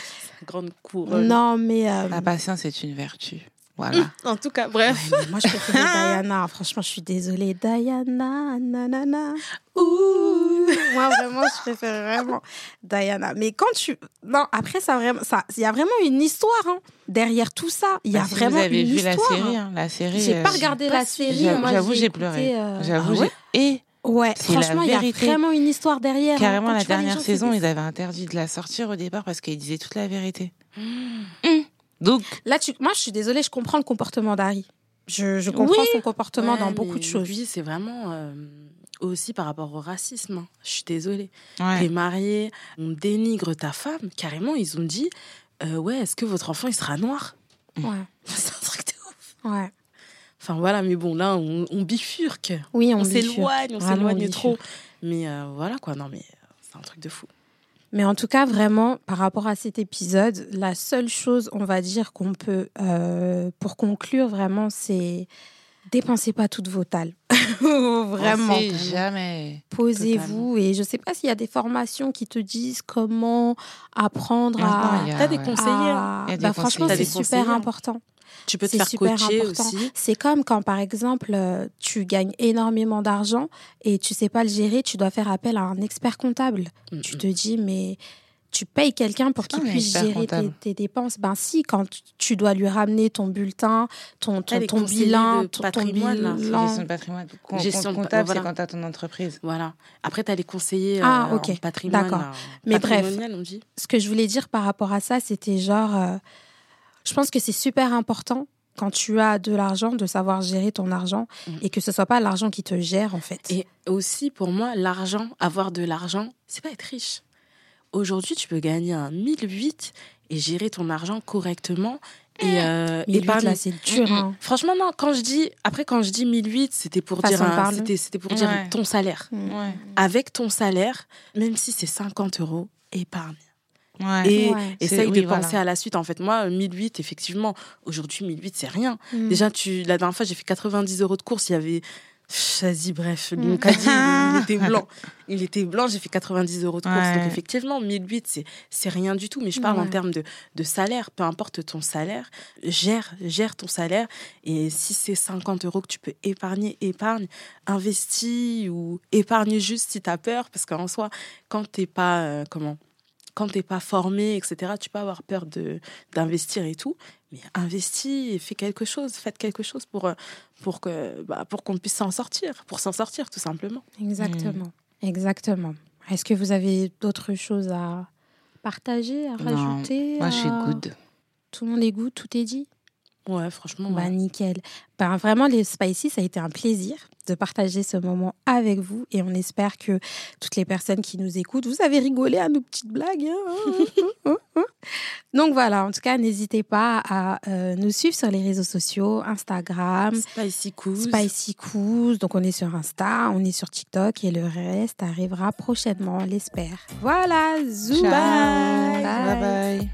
[SPEAKER 3] Grande couronne.
[SPEAKER 1] Non, mais euh,
[SPEAKER 3] Ah.
[SPEAKER 2] La patience est une vertu. Voilà.
[SPEAKER 3] En tout cas, bref.
[SPEAKER 1] ouais, Ah, mais moi je préfère Diana. Franchement, je suis désolée, Diana, nanana. Ouh, moi vraiment, je préfère vraiment Diana. Mais quand tu, non, après ça vraiment, ça, il y a vraiment une histoire hein. derrière tout ça. Il y a
[SPEAKER 2] Ah, si
[SPEAKER 1] vraiment
[SPEAKER 2] vous avez
[SPEAKER 1] une
[SPEAKER 2] vu
[SPEAKER 1] histoire.
[SPEAKER 2] la série, hein, la série.
[SPEAKER 1] J'ai pas
[SPEAKER 2] euh,
[SPEAKER 1] regardé
[SPEAKER 3] pas
[SPEAKER 1] la
[SPEAKER 3] su-
[SPEAKER 1] série.
[SPEAKER 2] j'avoue-
[SPEAKER 1] moi,
[SPEAKER 2] j'avoue, j'ai
[SPEAKER 1] écouté,
[SPEAKER 2] pleuré.
[SPEAKER 1] euh,
[SPEAKER 2] J'avoue,
[SPEAKER 1] ah ouais
[SPEAKER 2] j'ai- et
[SPEAKER 1] Ouais,
[SPEAKER 2] C'est la
[SPEAKER 1] franchement, il y a
[SPEAKER 2] vérité.
[SPEAKER 1] vraiment une histoire derrière. hein.
[SPEAKER 2] carrément
[SPEAKER 1] Quand
[SPEAKER 2] la
[SPEAKER 1] tu vois les
[SPEAKER 2] dernière
[SPEAKER 1] gens, c'est
[SPEAKER 2] saison,
[SPEAKER 1] des-
[SPEAKER 2] ils avaient interdit de la sortir au départ parce qu'ils disaient toute la vérité.
[SPEAKER 1] Mm.
[SPEAKER 2] Mhm. Donc,
[SPEAKER 1] Là, tu... moi, je suis désolée, je comprends le comportement d'Harry. Je, je comprends
[SPEAKER 3] Oui.
[SPEAKER 1] son comportement
[SPEAKER 3] Ouais,
[SPEAKER 1] dans
[SPEAKER 3] mais
[SPEAKER 1] beaucoup de choses.
[SPEAKER 3] Lui, c'est vraiment euh, aussi par rapport au racisme. hein. Je suis désolée.
[SPEAKER 2] ouais.
[SPEAKER 3] T'es mariée, on dénigre ta femme. Carrément, ils ont dit euh, Ouais, est-ce que votre enfant, il sera noir
[SPEAKER 1] Ouais,
[SPEAKER 3] C'est un truc de ouf.
[SPEAKER 1] ouais.
[SPEAKER 3] Enfin, voilà, mais bon, là, on, on bifurque.
[SPEAKER 1] Oui, on,
[SPEAKER 3] On
[SPEAKER 1] bifurque.
[SPEAKER 3] s'éloigne, on
[SPEAKER 1] Vraiment, on
[SPEAKER 3] s'éloigne
[SPEAKER 1] bifurque.
[SPEAKER 3] trop. Mais euh, voilà, quoi. Non, mais euh, c'est un truc de fou.
[SPEAKER 1] Mais en tout cas, vraiment, par rapport à cet épisode, la seule chose, on va dire, qu'on peut, euh, pour conclure vraiment, c'est dépensez pas toutes vos tales. vraiment.
[SPEAKER 2] On sait jamais.
[SPEAKER 1] Posez-vous et je sais pas s'il y a des formations qui te disent comment apprendre
[SPEAKER 2] Maintenant, il
[SPEAKER 1] à.
[SPEAKER 2] y a-
[SPEAKER 3] T'as des
[SPEAKER 2] ouais.
[SPEAKER 3] conseillers.
[SPEAKER 1] à-
[SPEAKER 3] hein.
[SPEAKER 2] Il y a des
[SPEAKER 1] Bah, franchement,
[SPEAKER 2] conseillers. hein.
[SPEAKER 1] c'est
[SPEAKER 3] T'as des
[SPEAKER 1] super
[SPEAKER 3] conseillers.
[SPEAKER 1] important.
[SPEAKER 3] Tu peux te
[SPEAKER 1] C'est
[SPEAKER 3] faire
[SPEAKER 1] super
[SPEAKER 3] coacher
[SPEAKER 1] important.
[SPEAKER 3] aussi.
[SPEAKER 1] C'est comme quand, par exemple, euh, tu gagnes énormément d'argent et tu sais pas le gérer, tu dois faire appel à un expert comptable.
[SPEAKER 3] Mm,
[SPEAKER 1] Tu
[SPEAKER 3] mm.
[SPEAKER 1] te dis, mais tu payes quelqu'un pour
[SPEAKER 2] C'est pas
[SPEAKER 1] qu'il
[SPEAKER 2] un
[SPEAKER 1] puisse
[SPEAKER 2] expert
[SPEAKER 1] gérer tes,
[SPEAKER 2] comptable.
[SPEAKER 1] tes dépenses. Ben si, quand tu- tu dois lui ramener ton bulletin, ton, ton,
[SPEAKER 3] les
[SPEAKER 1] ton
[SPEAKER 3] conseillers
[SPEAKER 1] bilan,
[SPEAKER 3] de
[SPEAKER 1] ton, ton
[SPEAKER 3] patrimoine, hein, là,
[SPEAKER 2] C'est
[SPEAKER 1] bilan.
[SPEAKER 2] Gestion de patrimoine. Com-
[SPEAKER 3] Gestion de-
[SPEAKER 2] comptable,
[SPEAKER 3] voilà.
[SPEAKER 2] c'est quand t'as ton entreprise.
[SPEAKER 3] Voilà. Après, tu as les conseillers euh,
[SPEAKER 1] Ah, ok.
[SPEAKER 3] en patrimoine.
[SPEAKER 1] D'accord.
[SPEAKER 3] euh,
[SPEAKER 2] Ah.
[SPEAKER 1] Mais bref.
[SPEAKER 3] patrimonial, on dit.
[SPEAKER 1] Ce que je voulais dire par rapport à ça, c'était genre, euh, je pense que c'est super important quand tu as de l'argent, de savoir gérer ton argent
[SPEAKER 3] Mhm.
[SPEAKER 1] et que ce soit pas l'argent qui te gère en fait.
[SPEAKER 3] Et aussi, pour moi, l'argent, avoir de l'argent, c'est pas être riche. Aujourd'hui, tu peux gagner un 1008 et gérer ton argent correctement et euh,
[SPEAKER 1] Mais lui,
[SPEAKER 3] épargner.
[SPEAKER 1] Eh, là, c'est dur. hein.
[SPEAKER 3] Franchement, non, quand je dis, après, quand je dis 1008, c'était pour
[SPEAKER 1] Façon
[SPEAKER 3] dire, un-
[SPEAKER 1] de parler. Mm.
[SPEAKER 3] c'était, c'était pour dire
[SPEAKER 2] Ouais.
[SPEAKER 3] ton salaire.
[SPEAKER 1] hein.
[SPEAKER 2] Ouais.
[SPEAKER 3] Avec ton salaire, même si c'est 50 euros, épargne.
[SPEAKER 2] Ouais.
[SPEAKER 3] Et
[SPEAKER 1] Mm. Ouais.
[SPEAKER 3] essaye
[SPEAKER 2] C'est-
[SPEAKER 3] de
[SPEAKER 2] oui, voilà.
[SPEAKER 3] penser à la suite. En fait, moi, 1008, effectivement, aujourd'hui, 1008, c'est rien.
[SPEAKER 1] Mm.
[SPEAKER 3] Déjà, tu, la dernière fois, j'ai fait 90 euros de course. Il y avait Vas-y, bref, mon caddie, il était blanc. Il était blanc, j'ai fait 90 euros de course.
[SPEAKER 2] Ouais.
[SPEAKER 3] Donc, effectivement, 1008, c'est- c'est rien du tout. Mais je parle en
[SPEAKER 1] Ouais.
[SPEAKER 3] termes de, de salaire. Peu importe ton salaire, gère, gère ton salaire. Et si c'est 50 euros que tu peux épargner, épargne, investis ou épargne juste si tu as peur. Parce qu'en soi, quand t'es pas, euh, comment quand t'es pas formé, etc., tu peux avoir peur de d'investir et tout. Mais investis, et fais quelque chose, faites quelque chose pour euh, pour que bah, pour qu'on puisse s'en sortir, pour s'en sortir tout simplement.
[SPEAKER 1] Exactement.
[SPEAKER 2] Hmm.
[SPEAKER 1] Exactement. Est-ce que vous avez d'autres choses à partager, à
[SPEAKER 2] Non.
[SPEAKER 1] rajouter
[SPEAKER 2] Moi, je suis
[SPEAKER 1] à-
[SPEAKER 2] good.
[SPEAKER 1] Tout le monde est good, tout est dit
[SPEAKER 3] Ouais, franchement.
[SPEAKER 1] Bah
[SPEAKER 3] ouais.
[SPEAKER 1] nickel. Ben vraiment les Spicy, ça a été un plaisir de partager ce moment avec vous et on espère que toutes les personnes qui nous écoutent, vous avez rigolé à nos petites blagues. hein. Donc voilà, en tout cas, n'hésitez pas à euh, nous suivre sur les réseaux sociaux, Instagram,
[SPEAKER 3] Spicy cool.
[SPEAKER 1] Spicy Coos. Donc on est sur Insta, on est sur TikTok et le reste arrivera prochainement, on l'espère. Voilà, zou
[SPEAKER 2] Ciao.
[SPEAKER 1] bye.
[SPEAKER 2] bye. bye.